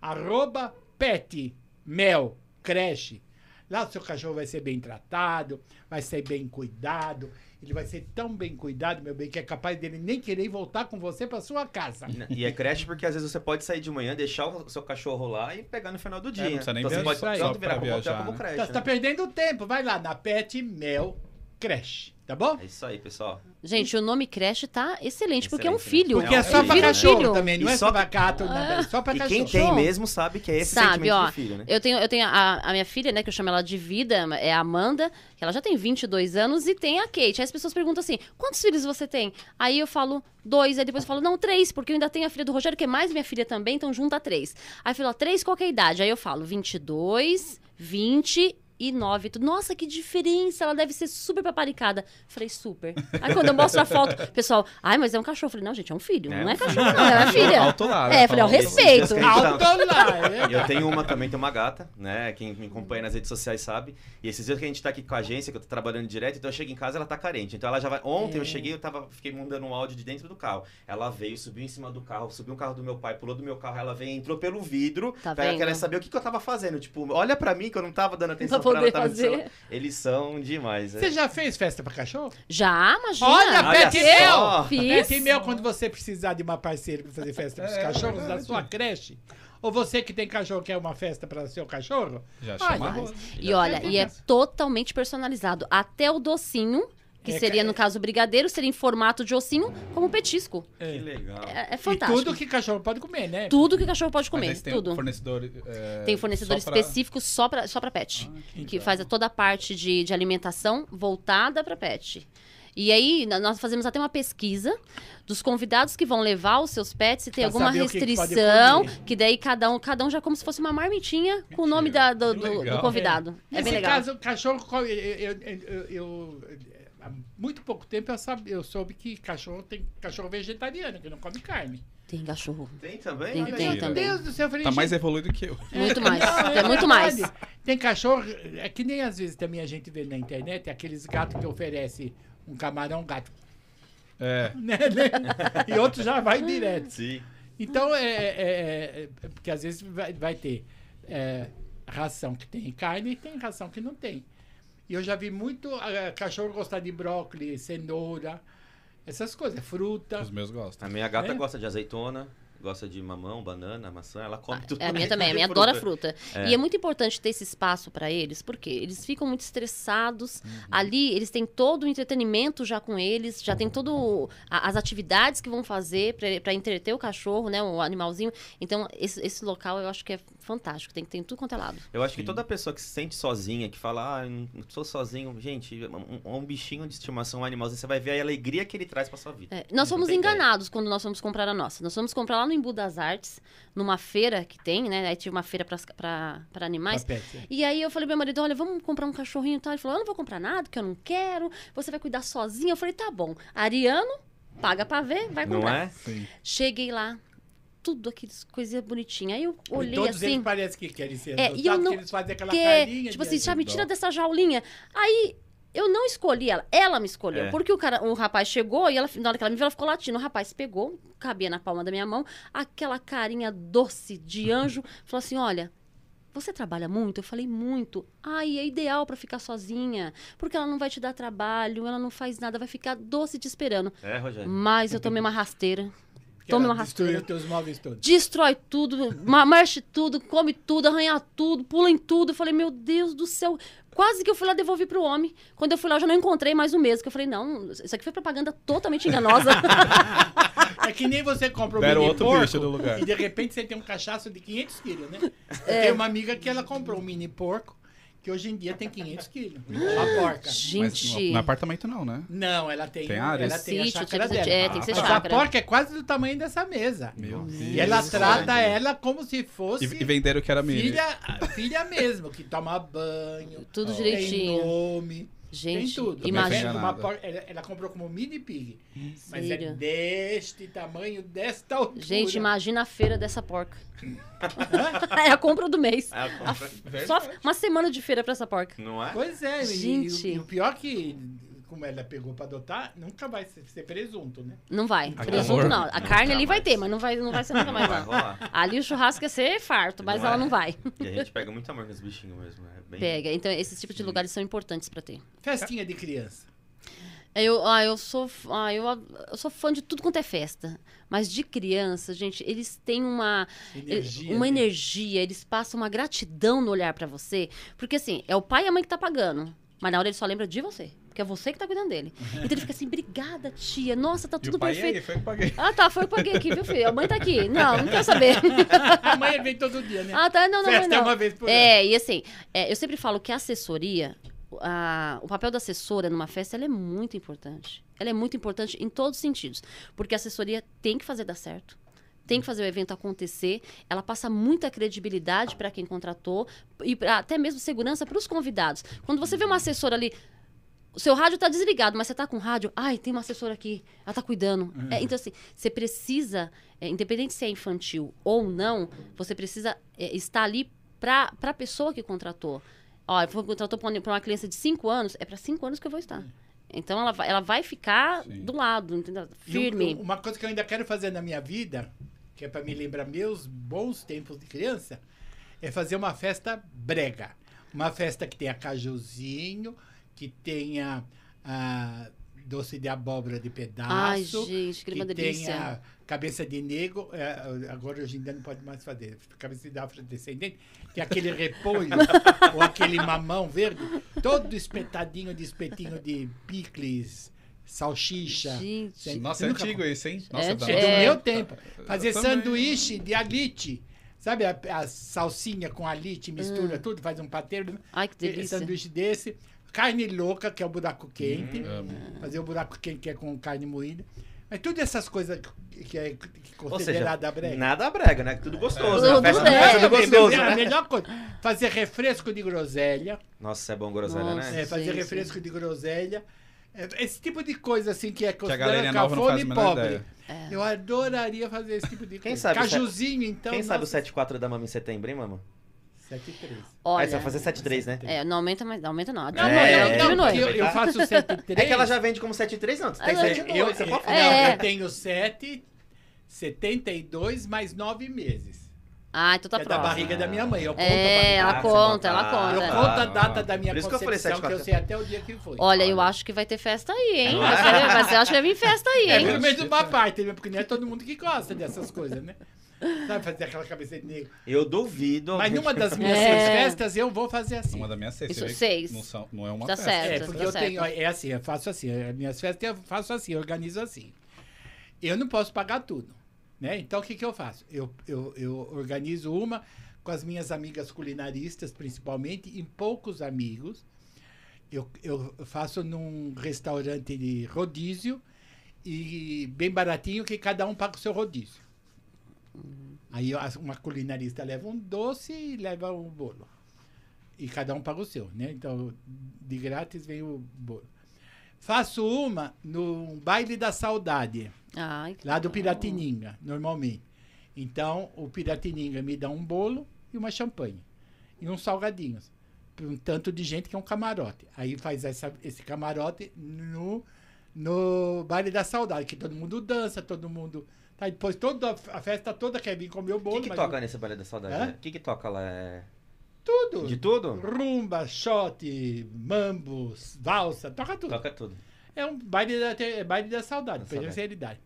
Arroba Pet Mel Creche. Lá o seu cachorro vai ser bem tratado, vai ser bem cuidado. Ele vai ser tão bem cuidado, meu bem, que é capaz dele nem querer voltar com você para sua casa.
E é creche porque às vezes você pode sair de manhã, deixar o seu cachorro lá e pegar no final do dia.
não precisa nem
então você
viajar,
pode
só
tanto
pra
virar como hotel
viajar,
como
né?
creche.
Tá, tá
né?
perdendo tempo. Vai lá na Pet Mel Creche, tá bom?
É isso aí, pessoal.
Gente, o nome creche tá excelente, porque é um
Excelente, né?
filho.
Porque é
Não,
só
é
pra
Vira um
isso, né?
cachorro
filho.
também,
E
não é
só Ah.
só pra gato, nada, é só pra
E
cachorro.
quem tem mesmo sabe que é esse
Sabe,
sentimento
ó,
do filho,
*laughs*
né?
Eu tenho, eu tenho a, a minha filha, né, que eu chamo ela de vida, é a Amanda, que ela já tem 22 anos e tem a Kate. Aí as pessoas perguntam assim: quantos filhos você tem? Aí eu falo dois, aí depois eu falo, não, três, porque eu ainda tenho a filha do Rogério, que é mais minha filha também, então junta três. Aí eu falo, ó, três, qual que é a idade? Aí eu falo, 22, 20 e 9. Tu, Nossa, que diferença! Ela deve ser super paparicada. Falei, super. Aí quando eu mostro a foto, o pessoal, ai, mas é um cachorro. Falei, não, gente, é um filho.
É
Não
um
é
*laughs*
cachorro, não, é uma filha.
Alto lá, né,
É, falei, ó,
falando isso.
respeito.
Esses dias
Alto lá, é.
Eu tenho uma também, tem uma gata, né? Quem me acompanha nas redes sociais sabe. E esses dias que a gente tá aqui com a agência, que eu tô trabalhando direto, então eu chego em casa ela tá carente. Então ela já vai. Ontem
É.
eu cheguei, eu tava, fiquei mandando um áudio de dentro do carro. Ela veio, subiu em cima do carro, subiu o carro do meu pai, pulou do meu carro, ela veio, entrou pelo vidro.
Tá
ela
vendo?
queria saber o que, que eu tava fazendo. Tipo, olha pra mim que eu não tava dando atenção pra,
Pra
ela.
poder
Tava no
fazer.
celular. Eles são demais,
Você
né?
já fez festa pra cachorro?
Já, imagina.
Olha,
Olha
Pet
só!
Fiz.
Pet Mel, quando você precisar de uma parceira pra fazer festa pros
É,
cachorros da
verdade.
sua creche, ou você que tem cachorro quer uma festa para seu cachorro,
Já
Olha,
chama a
Mas-
Rose.
E olha, e é totalmente personalizado. Até o docinho Que
É,
seria,
ca-
no caso, o brigadeiro, seria em formato de ossinho, como petisco.
Que legal.
É, é
E
fantástico.
tudo que cachorro pode comer, né?
Tudo que cachorro pode
Mas
comer,
aí você tem
tudo.
um fornecedor. é,
Tem um fornecedor
só pra-
específico só pra, só pra pet.
que
que faz toda a parte de, de alimentação voltada pra pet. E aí, na- nós fazemos até uma pesquisa dos convidados que vão levar os seus pets, se tem
Pra
alguma
saber o que que pode
restrição, que,
comer.
daí cada um, cada um já é como se fosse uma marmitinha com o nome da-
Mentira.
do,
Que
do- do
legal.
convidado. É,
Nesse
bem legal.
caso, o cachorro. co- Eu, eu- eu- eu- há muito pouco tempo eu, sabe, eu soube que cachorro tem cachorro vegetariano, que não come carne.
Tem cachorro.
Tem também?
Tem-
Olha
tem
aí.
também.
Meu Deus do céu, eu falei,
Tá mais
gente,
evoluído que eu.
Muito mais.
não,
é muito mais.
verdade. Tem cachorro, é que nem às vezes também a gente vê na internet, aqueles gatos que oferece um camarão gato, *laughs*
É.
né? E outro já vai direto.
Sim.
Então, é, é- é- é- porque às vezes vai, vai ter é, ração que tem carne e tem ração que não tem. E eu já vi muito ah, cachorro gostar de brócolis, cenoura, essas coisas, fruta.
Os meus gostam.
A minha gata
É?
gosta de azeitona, gosta de mamão, banana, maçã, ela come tudo.
É, a minha
que
também, a
tem *laughs*
minha
fruta.
adora fruta. E é muito importante ter esse espaço para eles, porque eles ficam muito estressados. Ali, eles têm todo o entretenimento já com eles, já tem todo a- as atividades que vão fazer para entreter o cachorro, né, o animalzinho. Então, esse, esse local eu acho que é fantástico, tem, tem tudo quanto é lado.
Eu acho que toda pessoa que se sente sozinha, que fala, ah, eu não sou sozinho, gente, um, um bichinho de estimação, um animalzinho, você vai ver a alegria que ele traz pra sua vida.
É, nós
Não
fomos
tem ideia.
enganados quando nós fomos comprar a nossa. Nós fomos comprar lá no Embu das Artes, numa feira que tem, né? Aí tinha uma feira para animais.
papete.
E aí eu falei pro meu marido, olha, vamos comprar um cachorrinho e tal. Ele falou, eu não vou comprar nada, porque eu não quero. Você vai cuidar sozinha. Eu falei, tá bom. Ariano, paga pra ver, vai
Não
comprar.
é?
Sim.
Cheguei lá, tudo aqueles coisinhas bonitinhas. Aí eu olhei
e todos
assim,
eles parecem que querem ser
É, e eu
adotados, que
não-
eles fazem aquela
que,
carinha.
tipo
de
assim, já me
ajudar.
tira dessa jaulinha. Aí... Eu não escolhi ela, ela me escolheu.
É.
Porque o, cara, o rapaz chegou e ela, na hora que ela me viu, ela ficou latindo. O rapaz pegou, cabia na palma da minha mão, aquela carinha doce
*laughs*
de anjo, falou assim: olha, Você trabalha muito? Eu falei, muito. Ai, é ideal pra ficar sozinha, porque ela não vai te dar trabalho, ela não faz nada, vai ficar doce te esperando.
É, Rogério.
Mas eu tomei uma rasteira.
*laughs* que
toma
ela
uma
destruiu
rasteira.
teus móveis todos.
Destrói tudo, ma- marche tudo, come tudo, arranha tudo, pula em tudo. Eu falei, meu Deus do céu. Quase que eu fui lá devolver pro homem. Quando eu fui lá, eu já não encontrei mais um mês. Que eu falei, não, isso aqui foi propaganda
*laughs*
totalmente enganosa.
É que nem você compra um
Deram
mini
outro
porco
bicho no lugar.
e de repente você tem um cachaço de 500 quilos, né?
É.
Eu tenho uma amiga que ela comprou um mini porco que hoje em dia tem 500 quilos. Uma porca.
Mas
*laughs* Gente.
no, no apartamento não, né?
Não, ela tem, um,
Tem área?
ela tem a
Sítio,
chácara
tem que ser-
dela.
é, tem que ser
Mas a
chácara.
porca é quase do tamanho dessa mesa.
Meu Deus.
E ela trata
Olha.
ela como se fosse
E, e venderam que era mini.
filha, filha mesmo, que toma banho,
Tudo
tem
direitinho.
nome, tem
Gente,
tudo. né? Ela,
imagina.
uma
Enganada.
porca- ela- ela comprou como mini pig, mas é
Sério?
deste tamanho, desta altura.
Gente, imagina a feira
*laughs*
dessa porca. é a compra do mês.
Ah,
A
compra-
É
f- Só f- uma semana de feira pra essa porca.
Não é?
Pois é, e-
Gente.
E, o- e o pior que, como ela pegou pra adotar, nunca vai ser ser presunto, né?
Não vai.
Acabou.
Presunto não. A
Nunca
carne ali vai
mais.
ter, mas não vai, não vai ser nunca mais
Vai
não.
rolar.
Ali o churrasco ia ser farto, mas
Não
ela
é.
não vai.
E a gente pega muito amor nos bichinhos mesmo. É bem...
Pega. Então, esses tipos de lugares são importantes pra ter.
Festinha de criança.
Eu, ah, eu sou, f- ah, eu, a- eu sou fã de tudo quanto é festa. Mas de criança, gente, eles têm uma eh,
Energia.
uma
né?
energia, eles passam uma gratidão no olhar pra você, porque assim, é o pai e a mãe que tá pagando, mas na hora ele só lembra de você, porque é você que tá
*laughs*
cuidando dele. Então ele fica assim: "Obrigada, tia. Nossa, tá
E
tudo
o
é
pai
perfeito".
aí, foi que paguei.
Ah, tá, foi eu que paguei aqui, viu, filho? A mãe tá aqui. Não, não
*laughs*
quero saber.
*laughs* A mãe vem todo dia, né?
Ah, tá, não, não,
Festa
mãe, não.
é uma vez por ano.
É, e assim, é, eu sempre falo que a assessoria, a- o papel da assessora numa festa, ela é muito importante. Ela é muito importante em todos os sentidos. Porque a assessoria tem que fazer dar certo. Tem que fazer o evento acontecer, ela passa muita credibilidade para quem contratou e pra- até mesmo segurança para os convidados. Quando você vê uma assessora ali, o seu rádio tá desligado, mas você tá com rádio, ai, tem uma assessora aqui, ela tá cuidando. É, então, assim, você precisa, é, independente se é infantil ou não, você precisa é, estar ali para a pessoa que contratou. Ó, eu contratou para uma criança de 5 anos, é para 5 anos que eu vou estar. Então, ela vai, ela vai ficar
Sim.
do lado, entendeu?
E um-
Firme.
uma coisa que eu ainda quero fazer na minha vida, que é pra me lembrar meus bons tempos de criança, é fazer uma festa brega. Uma festa que tenha cajuzinho, que tenha ah, doce de abóbora de pedaço.
Ai, gente, que, que
tem
delícia.
a cabeça de negro, é, agora hoje em dia não pode mais fazer, cabeça de afrodescendente, que é aquele
*laughs*
repolho ou aquele mamão verde, todo espetadinho de espetinho de picles, salsicha.
Gente,
Tem-
Nossa,
você
é
nunca-
antigo isso, hein? Nossa,
É
dá-
antigo.
É do
É.
meu tempo.
Eu
Fazer
também.
sanduíche de alite. Sabe a, a salsinha com alite,
Hum.
mistura tudo, faz um pateiro.
ai, que delícia.
Sanduíche desse. Carne louca, que é o buraco quente.
Amo.
Fazer o buraco quente, que é com carne moída. Mas tudo essas coisas que- que é
Ou seja,
considerada brega.
nada brega, né? Tudo gostoso.
Tudo
né? Festa,
brega.
festa do
É,
gostoso.
a
né?
melhor coisa. Fazer refresco de groselha.
Nossa, é bom groselha,
Nossa.
né?
É, fazer
Sim, sim.
refresco de groselha. É, Esse tipo de coisa assim que é
Que a
considerada
galera nova não
cafona
faz a
e
menor
pobre.
ideia.
Eu adoraria fazer esse tipo de
Quem
coisa.
sabe o
Cajuzinho, então.
Quem sabe o
nossa,
7-4 da mama em setembro, hein, mama?
sete e três.
Aí
Olha,
você vai fazer 7-3, né?
é, não aumenta, mas não aumenta não.
Não,
É,
não, não, não,
diminui.
eu, eu faço 103.
É que ela já vende como 7-3, não. Você tem
Ela-
7
eu,
você pode
não,
falar.
É.
eu tenho 7, 72 mais 9 meses.
Ah, então tá
que é da
próximo.
barriga da minha mãe. Eu conto
É,
a barriga.
ela
Ah,
conta,
você
ela
conta.
Eu
conta.
Ah,
conto a
tá.
data da minha
Por isso que eu falei
concepção, que eu,
7,4.
sei até o dia que foi.
Olha, eu acho que vai ter festa aí, hein?
Ah.
Mas você- Mas eu acho que vai vir festa aí,
É,
hein?
pelo menos uma parte, né? porque não é todo mundo que gosta dessas coisas, né? Sabe fazer aquela cabeça de negro.
Eu duvido.
Mas
alguém
numa
que-
das minhas
É.
seis festas, eu vou fazer assim.
Uma da minha seis.
Isso,
você vê que
seis.
Não, são- não é uma
Tá
festa.
certo.
É,
tá
porque eu
certo.
tenho. É assim, eu faço assim. As minhas festas eu faço assim, eu organizo assim. Eu não posso pagar tudo. Né? Então o que, que eu faço? Eu, eu, eu organizo uma com as minhas amigas culinaristas, principalmente, e poucos amigos. Eu, eu faço num restaurante de rodízio e bem baratinho que cada um paga o seu rodízio.
Uhum.
Aí as- uma culinarista leva um doce e leva um bolo. E cada um paga o seu, né? Então, de grátis vem o bolo. Faço uma no baile da saudade,
Ai, que
lá do
legal.
Piratininga, normalmente. Então, o Piratininga me dá um bolo e uma champanhe. E uns salgadinhos. pra Um tanto de gente que é um camarote. Aí faz essa- esse camarote no, no baile da saudade, que todo mundo dança, todo mundo. Tá, E depois toda a festa toda quer vir comer o
O
bolo.
que, que
mas
toca nesse balé da saudade?
Hã?
né? O que, que toca lá? É...
Tudo.
De tudo?
Rumba, shot, mambo, valsa, toca tudo.
Toca tudo.
É um baile da, te- é baile da saudade,
Da
pela
saudade.
seriedade.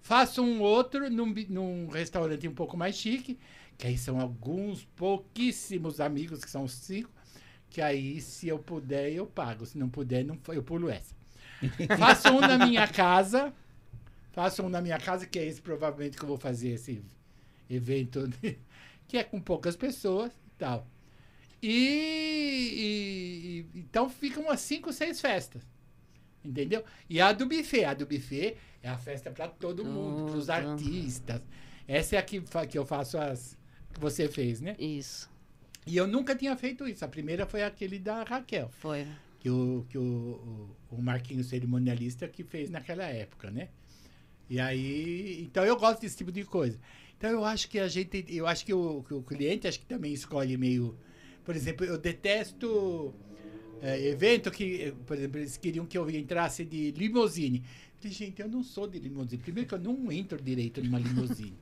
Faço um outro num, bi- num restaurante um pouco mais chique, que aí são alguns pouquíssimos amigos, que são os cinco, que aí se eu puder eu pago, se não puder não, fa- eu pulo
*laughs*
essa. faço um na minha casa, faço um na minha casa, que é esse provavelmente que eu vou fazer esse evento, *laughs* que é com poucas pessoas e tal. E, e- e- então ficam umas cinco, seis festas. Entendeu? E a do buffet. A do buffet é a festa para todo mundo, para os
Tudo.
artistas. Essa é a que, fa- que eu faço as. que você fez, né?
Isso,
E eu nunca tinha feito isso. A primeira foi aquele da Raquel,
foi.
que o, que o, o, o Marquinho cerimonialista que fez naquela época, né? E aí, então eu gosto desse tipo de coisa. Então eu acho que a gente, eu acho que o, que o cliente acho que também escolhe meio, por exemplo, eu detesto é, evento que, eh, por exemplo, eles queriam que eu entrasse de limousine. Eu Falei, gente, eu não sou de limousine. Primeiro que eu não entro direito numa limousine.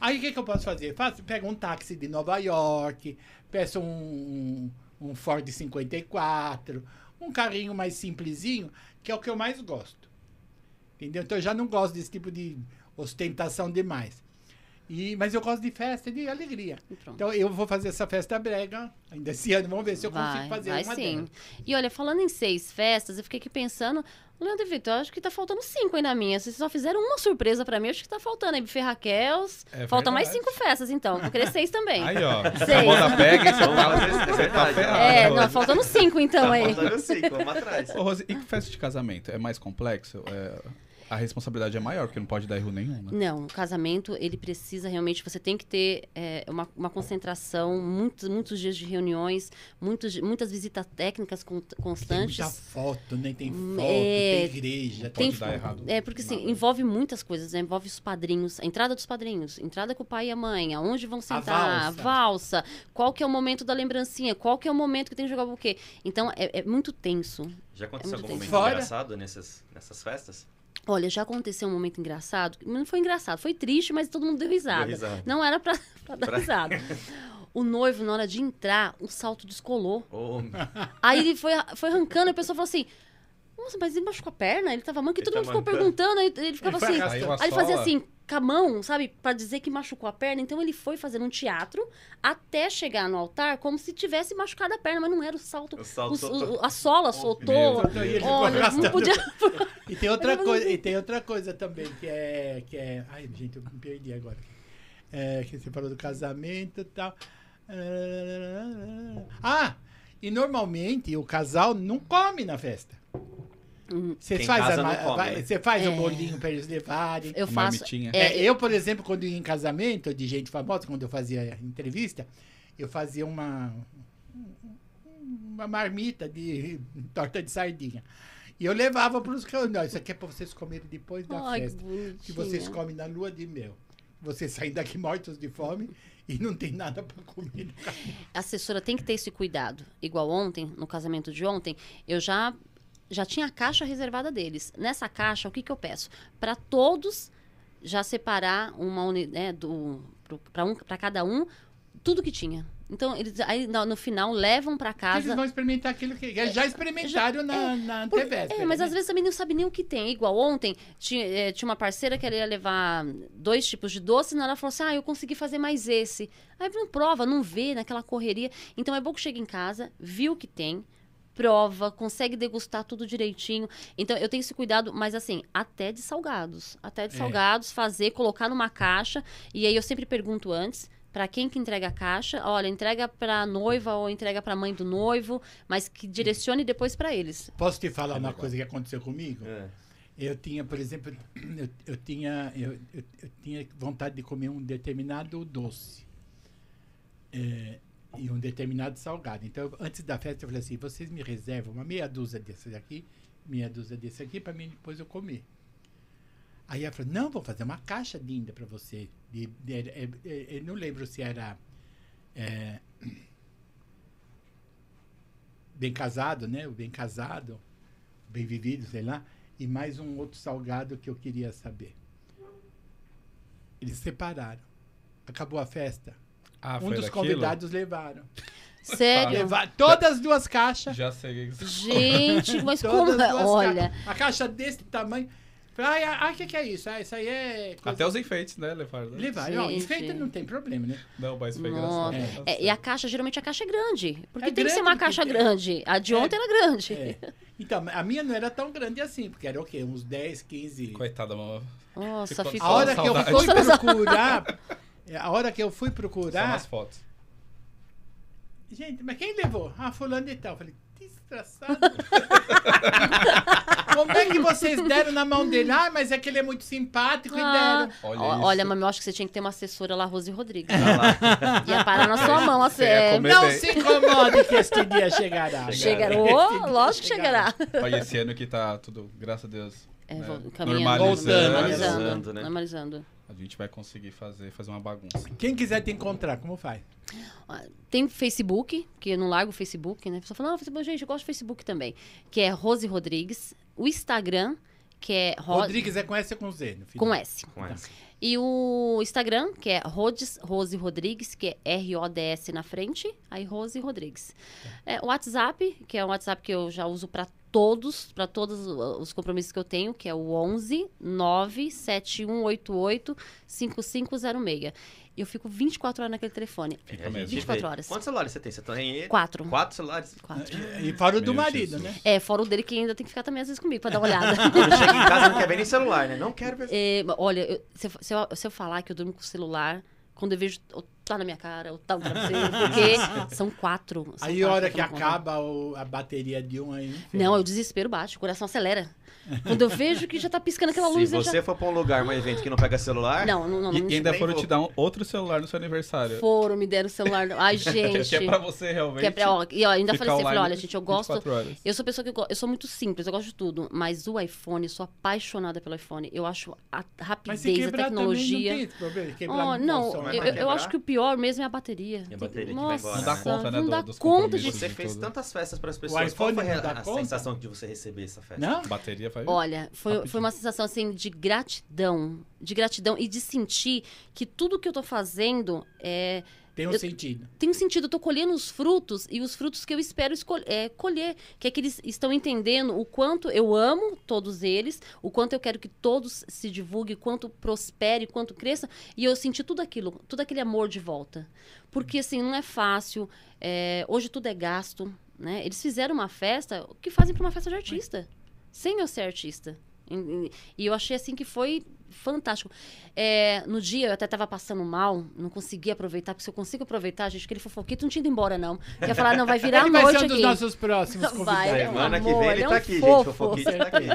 Aí o que, que eu posso fazer? Faço, pego um táxi de Nova York, peço um, um, um Ford 54, um carrinho mais simplesinho, que é o que eu mais gosto. Entendeu? Então eu já não gosto desse tipo de ostentação demais. E, mas eu gosto de festa e de alegria.
E pronto.
Então eu vou fazer essa festa brega ainda esse ano. Vamos ver se eu consigo
vai,
fazer
vai
uma
sim.
delas.
E olha, falando em seis festas, eu fiquei aqui pensando, Leandro e Vitor, eu acho que tá faltando cinco aí na minha. Vocês só fizeram uma surpresa pra mim, eu acho que tá faltando aí. Buffet Raquels.
É
Falta mais
verdade.
cinco festas, então. Vou querer seis também.
Aí, ó.
Sei.
A moda pega e você
Vamos
fala,
fazer isso, é
você tá
verdade, ó.
ferrado.
É, não,
Rose.
faltando cinco, então,
Tá
aí.
faltando cinco, vamos
*laughs*
atrás.
Ô, Rose, e festa de casamento? É mais complexo? É, A responsabilidade é maior, porque não pode dar erro nenhum, né?
Não, o casamento, ele precisa realmente, você tem que ter é, uma, uma concentração, muitos, muitos dias de reuniões, muitos, muitas visitas técnicas con-
Tem
constantes.
muita foto, né? Tem
Hum,
foto,
é,
tem igreja.
Pode
tem-
dar errado.
É, porque assim,
Nada.
envolve muitas coisas, né? Envolve os padrinhos, a entrada dos padrinhos, entrada com o pai e a mãe, aonde vão sentar,
valsa.
valsa, qual que é o momento da lembrancinha, qual que é o momento que tem que jogar o buquê. Então, é, é muito tenso.
Já aconteceu
É muito
algum momento
tempo. Fora.
engraçado nessas, nessas festas?
Olha, já aconteceu um momento engraçado, não foi engraçado, foi triste, mas todo mundo deu risada.
Deu risada.
Não era pra, *laughs* pra dar
Pra-
risada. O noivo, na hora de entrar, um salto descolou.
Ô,
Aí ele foi, foi arrancando e a pessoa falou assim: Nossa, mas ele machucou a perna? Ele tava manco e
Ele
todo
tá
mundo ficou
mancando.
perguntando. Aí ele ficava
foi
assim.
arrastando.
Saiu a
Aí ele fazia
sola.
assim, com a mão, sabe? Pra dizer que machucou a perna. Então ele foi fazendo um teatro até chegar no altar como se tivesse machucado a perna, mas não era o salto.
Eu salto,
Os-
solto-
o- a sola soltou.
Então, ele ficou
Olha, não
arrastando.
podia.
*laughs* E tem outra
Eu não
coisa,
sei.
e tem outra coisa também que é que é, ai gente, eu me perdi agora. É, que você falou do casamento e tal. Ah, e normalmente o casal não come na festa. Você
Quem
faz,
casa
a ma-
não come,
vai-
né?
você faz o
Hum. É.
bolinho para eles levarem.
Eu
Uma
faço.
mitinha.
é,
É, eu, por exemplo, quando ia em casamento de gente famosa, quando eu fazia entrevista, eu fazia uma uma marmita de torta de sardinha. E eu levava para os não, isso aqui é para vocês comerem depois da
Ai, que
festa. Que
bonitinha.
vocês comem na lua de mel. Vocês saem daqui mortos de fome e não tem nada para comer.
a assessora tem que ter esse cuidado. Igual ontem, no casamento de ontem, eu já já tinha a caixa reservada deles. Nessa caixa, o que, que eu peço? Para todos já separar uma uni- né, do para um para cada um tudo que tinha. Então eles aí no, no final levam para
Eles
casa.
vão experimentar aquilo que eles já experimentaram na, na
Por-
antevéspera,
é, mas
né?
às vezes também não sabe nem o que tem. Igual ontem, tinha, eh, tinha uma parceira que ela ia levar dois tipos de doce, e ela falou assim: ah, eu consegui fazer mais esse. Aí não prova, não vê naquela correria. Então é bom que chega em casa, viu o que tem, prova, consegue degustar tudo direitinho. Então eu tenho esse cuidado, mas assim, até de salgados. Até de
É.
salgados, fazer, colocar numa caixa. E aí eu sempre pergunto antes. Pra quem que entrega a caixa, olha, entrega pra noiva ou entrega pra mãe do noivo, mas que direcione depois pra eles.
Posso te falar
É
uma
legal.
coisa que aconteceu comigo?
É.
Eu tinha, por exemplo, eu, eu tinha, eu, eu- eu tinha vontade de comer um determinado doce é, e um determinado salgado. Então, eu- antes da festa, eu falei assim: vocês me reservam uma meia dúzia desses aqui, meia dúzia desse aqui, para mim depois eu comer. Aí ela falou: não, vou fazer uma caixa linda para você. De, de- é- é- eu não lembro se era. é, *clears throat* bem casado, né? O bem casado, bem vivido, sei lá e mais um outro salgado que eu queria saber. Eles separaram. Acabou a festa.
Ah,
um
foi
dos
daquilo? Ah.
convidados levaram.
Sério?
Levar todas as duas caixas.
Já sei. o que você-
Gente,
*laughs*
mas como. é?
Todas as duas
Olha,
caixas. Uma caixa desse tamanho. Falei, ah, o que, que é isso? Ah, isso aí é. coisa-
Até os enfeites, né, Levar?
Levaram. Ó,
Gente.
enfeita não tem problema, né?
Não, mas foi
Nossa.
engraçado.
é, e a caixa, geralmente a caixa é grande. Porque
É
tem que ser uma
grande,
caixa
porque-
grande. A de
É.
ontem era grande.
É. Então, a minha não era tão grande assim, porque era o quê? Uns 10, 15.
Coitada, mano.
*laughs* Nossa,
Ficou-
ficou.
A hora que eu
saudade.
fui procurar. *laughs* A hora que eu fui
Só
procurar.
nas fotos.
Gente, mas quem levou? Ah, fulano e tal. Eu falei, desgraçado. Como é que vocês deram na mão dele? Ah, mas é que ele é muito simpático e
Ah,
deram.
Olha
ó-
isso.
olha, mas eu acho que você tinha que ter uma assessora lá,
*laughs*
Rose Rodrigues.
Tá lá.
*laughs* Ia parar na sua mão, assim.
Você ia
é.
comer-
Não
bem.
se incomode que este dia chegará.
Chegará.
Este
Ô,
dia
lógico que chegará.
Olha, esse ano que tá tudo, graças a Deus.
É,
né,
vou- caminhando.
normalizando.
Voltando,
Normalizando.
né?
normalizando.
A gente vai conseguir fazer, fazer uma bagunça.
Quem quiser te encontrar, como faz?
Tem Facebook, que eu não largo o Facebook, né? A pessoa fala, não, Facebook, gente, eu gosto do Facebook também. Que é Rose Rodrigues. O Instagram, que é Ro...
Rodrigues é com S ou com Z? No final?
com S.
Com essa.
E o Instagram, que é Rhodes Rose Rodrigues, que é R-O-D-S na frente, aí Rose Rodrigues. É, o WhatsApp, que é um WhatsApp que eu já uso para todos, para todos o- os compromissos que eu tenho, que é o 11 97188 5506. E eu fico 24 horas naquele telefone.
Fica
É,
mesmo.
gente
24
vê.
horas.
Quantos celulares você tem? Você tem
Quatro.
quatro celulares?
Quatro.
E fora o do
Meu
marido,
Jesus.
né?
É, fora o dele que ainda tem que ficar também às vezes comigo para dar uma olhada.
Quando chega em casa não quer ver nem celular, né? Não quero ver.
É, mas olha, eu- se, eu, se eu- se eu falar que eu durmo com o celular, quando eu vejo, ou tá na minha cara, ou tá no
*laughs*
travesseiro, porque são quatro. são
Aí a
quatro
hora
eu
que
não conto.
acaba o- a bateria de um aí.
Não, eu desespero bate, o coração acelera. Quando eu vejo que já tá piscando aquela
Se
luz, eu
você for pra um lugar, um evento que não pega celular,
já... Não, não, não.
E,
não
e ainda
nem
foram
vou.
te dar um outro celular no seu aniversário.
Foram, me deram o celular.
*laughs*
não. Ai, gente.
Que é pra você realmente.
Que é pra- ó, e ó, ainda
ficar
falei assim, falei,
online
olha, gente, eu gosto...
24 horas.
Eu sou pessoa que eu, go- eu sou muito simples, eu gosto de tudo, mas o iPhone, eu sou apaixonada pelo iPhone. Eu acho a
Mas se
rapidez, a
quebrar também,
tecnologia.
não tem esse problema. Quebrar
Oh,
no
não,
bolso,
vai
eu,
né?
eu acho que o pior mesmo é a bateria.
É a bateria que vai
Nossa,
embora,
Não dá conta, né,
não
do-
dá
dos
conta de...
compromissos.
você
de
fez
tudo.
tantas festas pras pessoas. Qual
iPhone
foi
não dá
a, a
conta?
sensação de você receber essa festa?
Não?
Bateria vai.
Olha, foi,
Rapidinho.
foi uma sensação assim de gratidão, de gratidão e de sentir que tudo que eu tô fazendo é
Tem um
Eu-
sentido.
tem um sentido, eu tô colhendo os frutos e os frutos que eu espero escol- é, colher. Que é que eles estão entendendo o quanto eu amo todos eles, o quanto eu quero que todos se divulguem, quanto prospere, quanto cresça. E eu senti tudo aquilo, todo aquele amor de volta. Porque, assim, não é fácil. é, hoje tudo é gasto, né? Eles fizeram uma festa, o que fazem para uma festa de artista? Sem eu ser artista. E- e- E eu achei, assim, que foi fantástico. É, no dia eu até tava passando mal, não conseguia aproveitar, porque se eu consigo aproveitar, gente, aquele fofoquito não tinha ido embora, não. Eu ia falar, não, vai virar a
Ele *laughs* vai ser
noite
um dos
aqui.
nossos próximos
Vai, ele é
convidados.
um
Semana que
amor,
vem ele,
ele é
tá
um
aqui, gente.
fofo.
O Fofoquite tá aqui.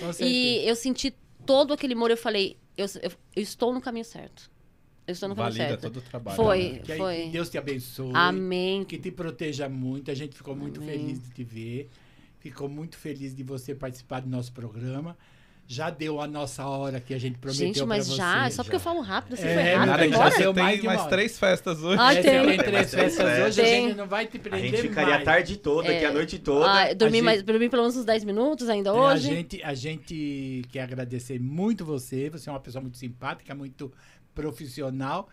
Com certeza.
E eu senti todo aquele amor, eu falei, eu, eu- eu estou no caminho certo. Eu estou no caminho
Valida
certo.
todo o trabalho.
Foi.
né?
Que aí
foi.
Deus te abençoe.
Amém.
Que te proteja muito. A gente ficou muito
Amém.
feliz de te ver. Ficou muito feliz de você participar do nosso programa. Já deu a nossa hora que a gente prometeu
Gente,
pra
mas
você.
já, é só porque eu falo rápido, assim,
É,
foi rápido.
Nada, que já
Bora?
você
Deu mais
tem
de
mais
uma
três festas hoje.
Ah,
É,
tem.
Tem
Tem mais
três
três
festas hoje, a
Tem.
gente não vai te
A
prender
gente ficaria
mais.
a tarde toda, aqui né? a noite toda.
Ah, dormi,
gente-
mais, dormi pelo menos uns 10 minutos ainda
É,
hoje.
A gente, a gente quer agradecer muito você. Você é uma pessoa muito simpática, muito profissional.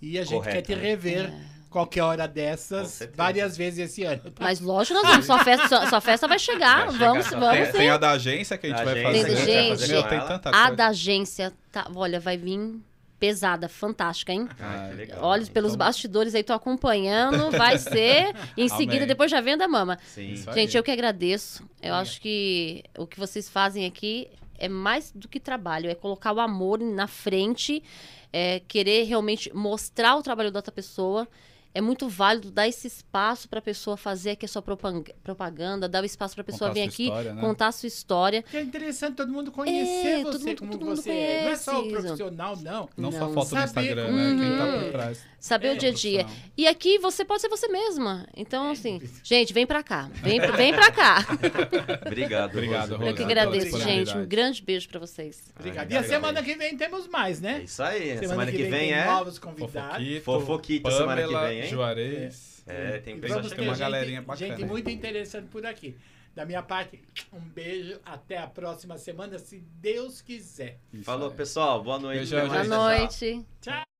E a gente
Correto,
quer te
né?
rever qualquer hora
Com
dessas,
certeza.
várias vezes esse ano.
É.
tá
Mas lógico, nós vamos. Sua festa, sua, sua festa vai chegar.
Vai chegar,
vamos,
sua
vamos
Tem,
sim.
tem a da agência que a gente
Da
vai
agência né?
fazer.
que a gente vai fazer
Meu,
com
tem
ela.
tanta
A
coisa.
da agência, tá, olha, vai vir pesada, fantástica, hein?
Ah, que legal.
Olha pelos
Então,
bastidores aí, tô acompanhando, vai ser. E em seguida,
Amém.
depois já vendo a mama.
Sim.
Isso Tá aí.
Gente, eu que agradeço. Eu
Olha.
acho que o que vocês fazem aqui é mais do que trabalho, é colocar o amor na frente, é querer realmente mostrar o trabalho da outra pessoa. É muito válido dar esse espaço para a pessoa fazer aqui a sua propan- propaganda, dar o espaço para a pessoa
Contar
vir
sua
aqui,
história, né?
contar a sua história.
Que é interessante todo mundo conhecer
É, todo
você
mundo-
como
todo mundo
você é. Não é só o
conhece,
profissional, não.
Não, só
Não.
foto
Saber
do Instagram, né? Quem tá por trás.
Saber
É,
o dia a dia.
profissional. É.
E aqui você pode ser você mesma. Então, assim, gente, vem pra cá. Vem, vem
*laughs*
pra cá.
Obrigado,
Obrigado,
Rose.
Rose.
Eu que
Obrigado.
agradeço,
Toda a
gente. Um
disponibilidade.
grande beijo pra
é
vocês.
Obrigado. E a
Obrigado.
semana que vem temos mais,
É
né?
isso aí. Semana, que, vem,
tem
é.
novos convidados.
Fofoquito.
Fofoquito semana que
Pamela,
vem, hein?
Juarez.
É, tem
E
pessoas
vamos
acho
ter
que é
chegando.
uma
gente,
galerinha bacana.
gente muito interessante por aqui. Da minha parte, um beijo. Até a próxima semana, se Deus quiser.
Isso
Falou,
aí.
pessoal. Boa noite.
Beijão,
até mais,
Boa
gente.
tchau, tchau.
noite.
Tchau.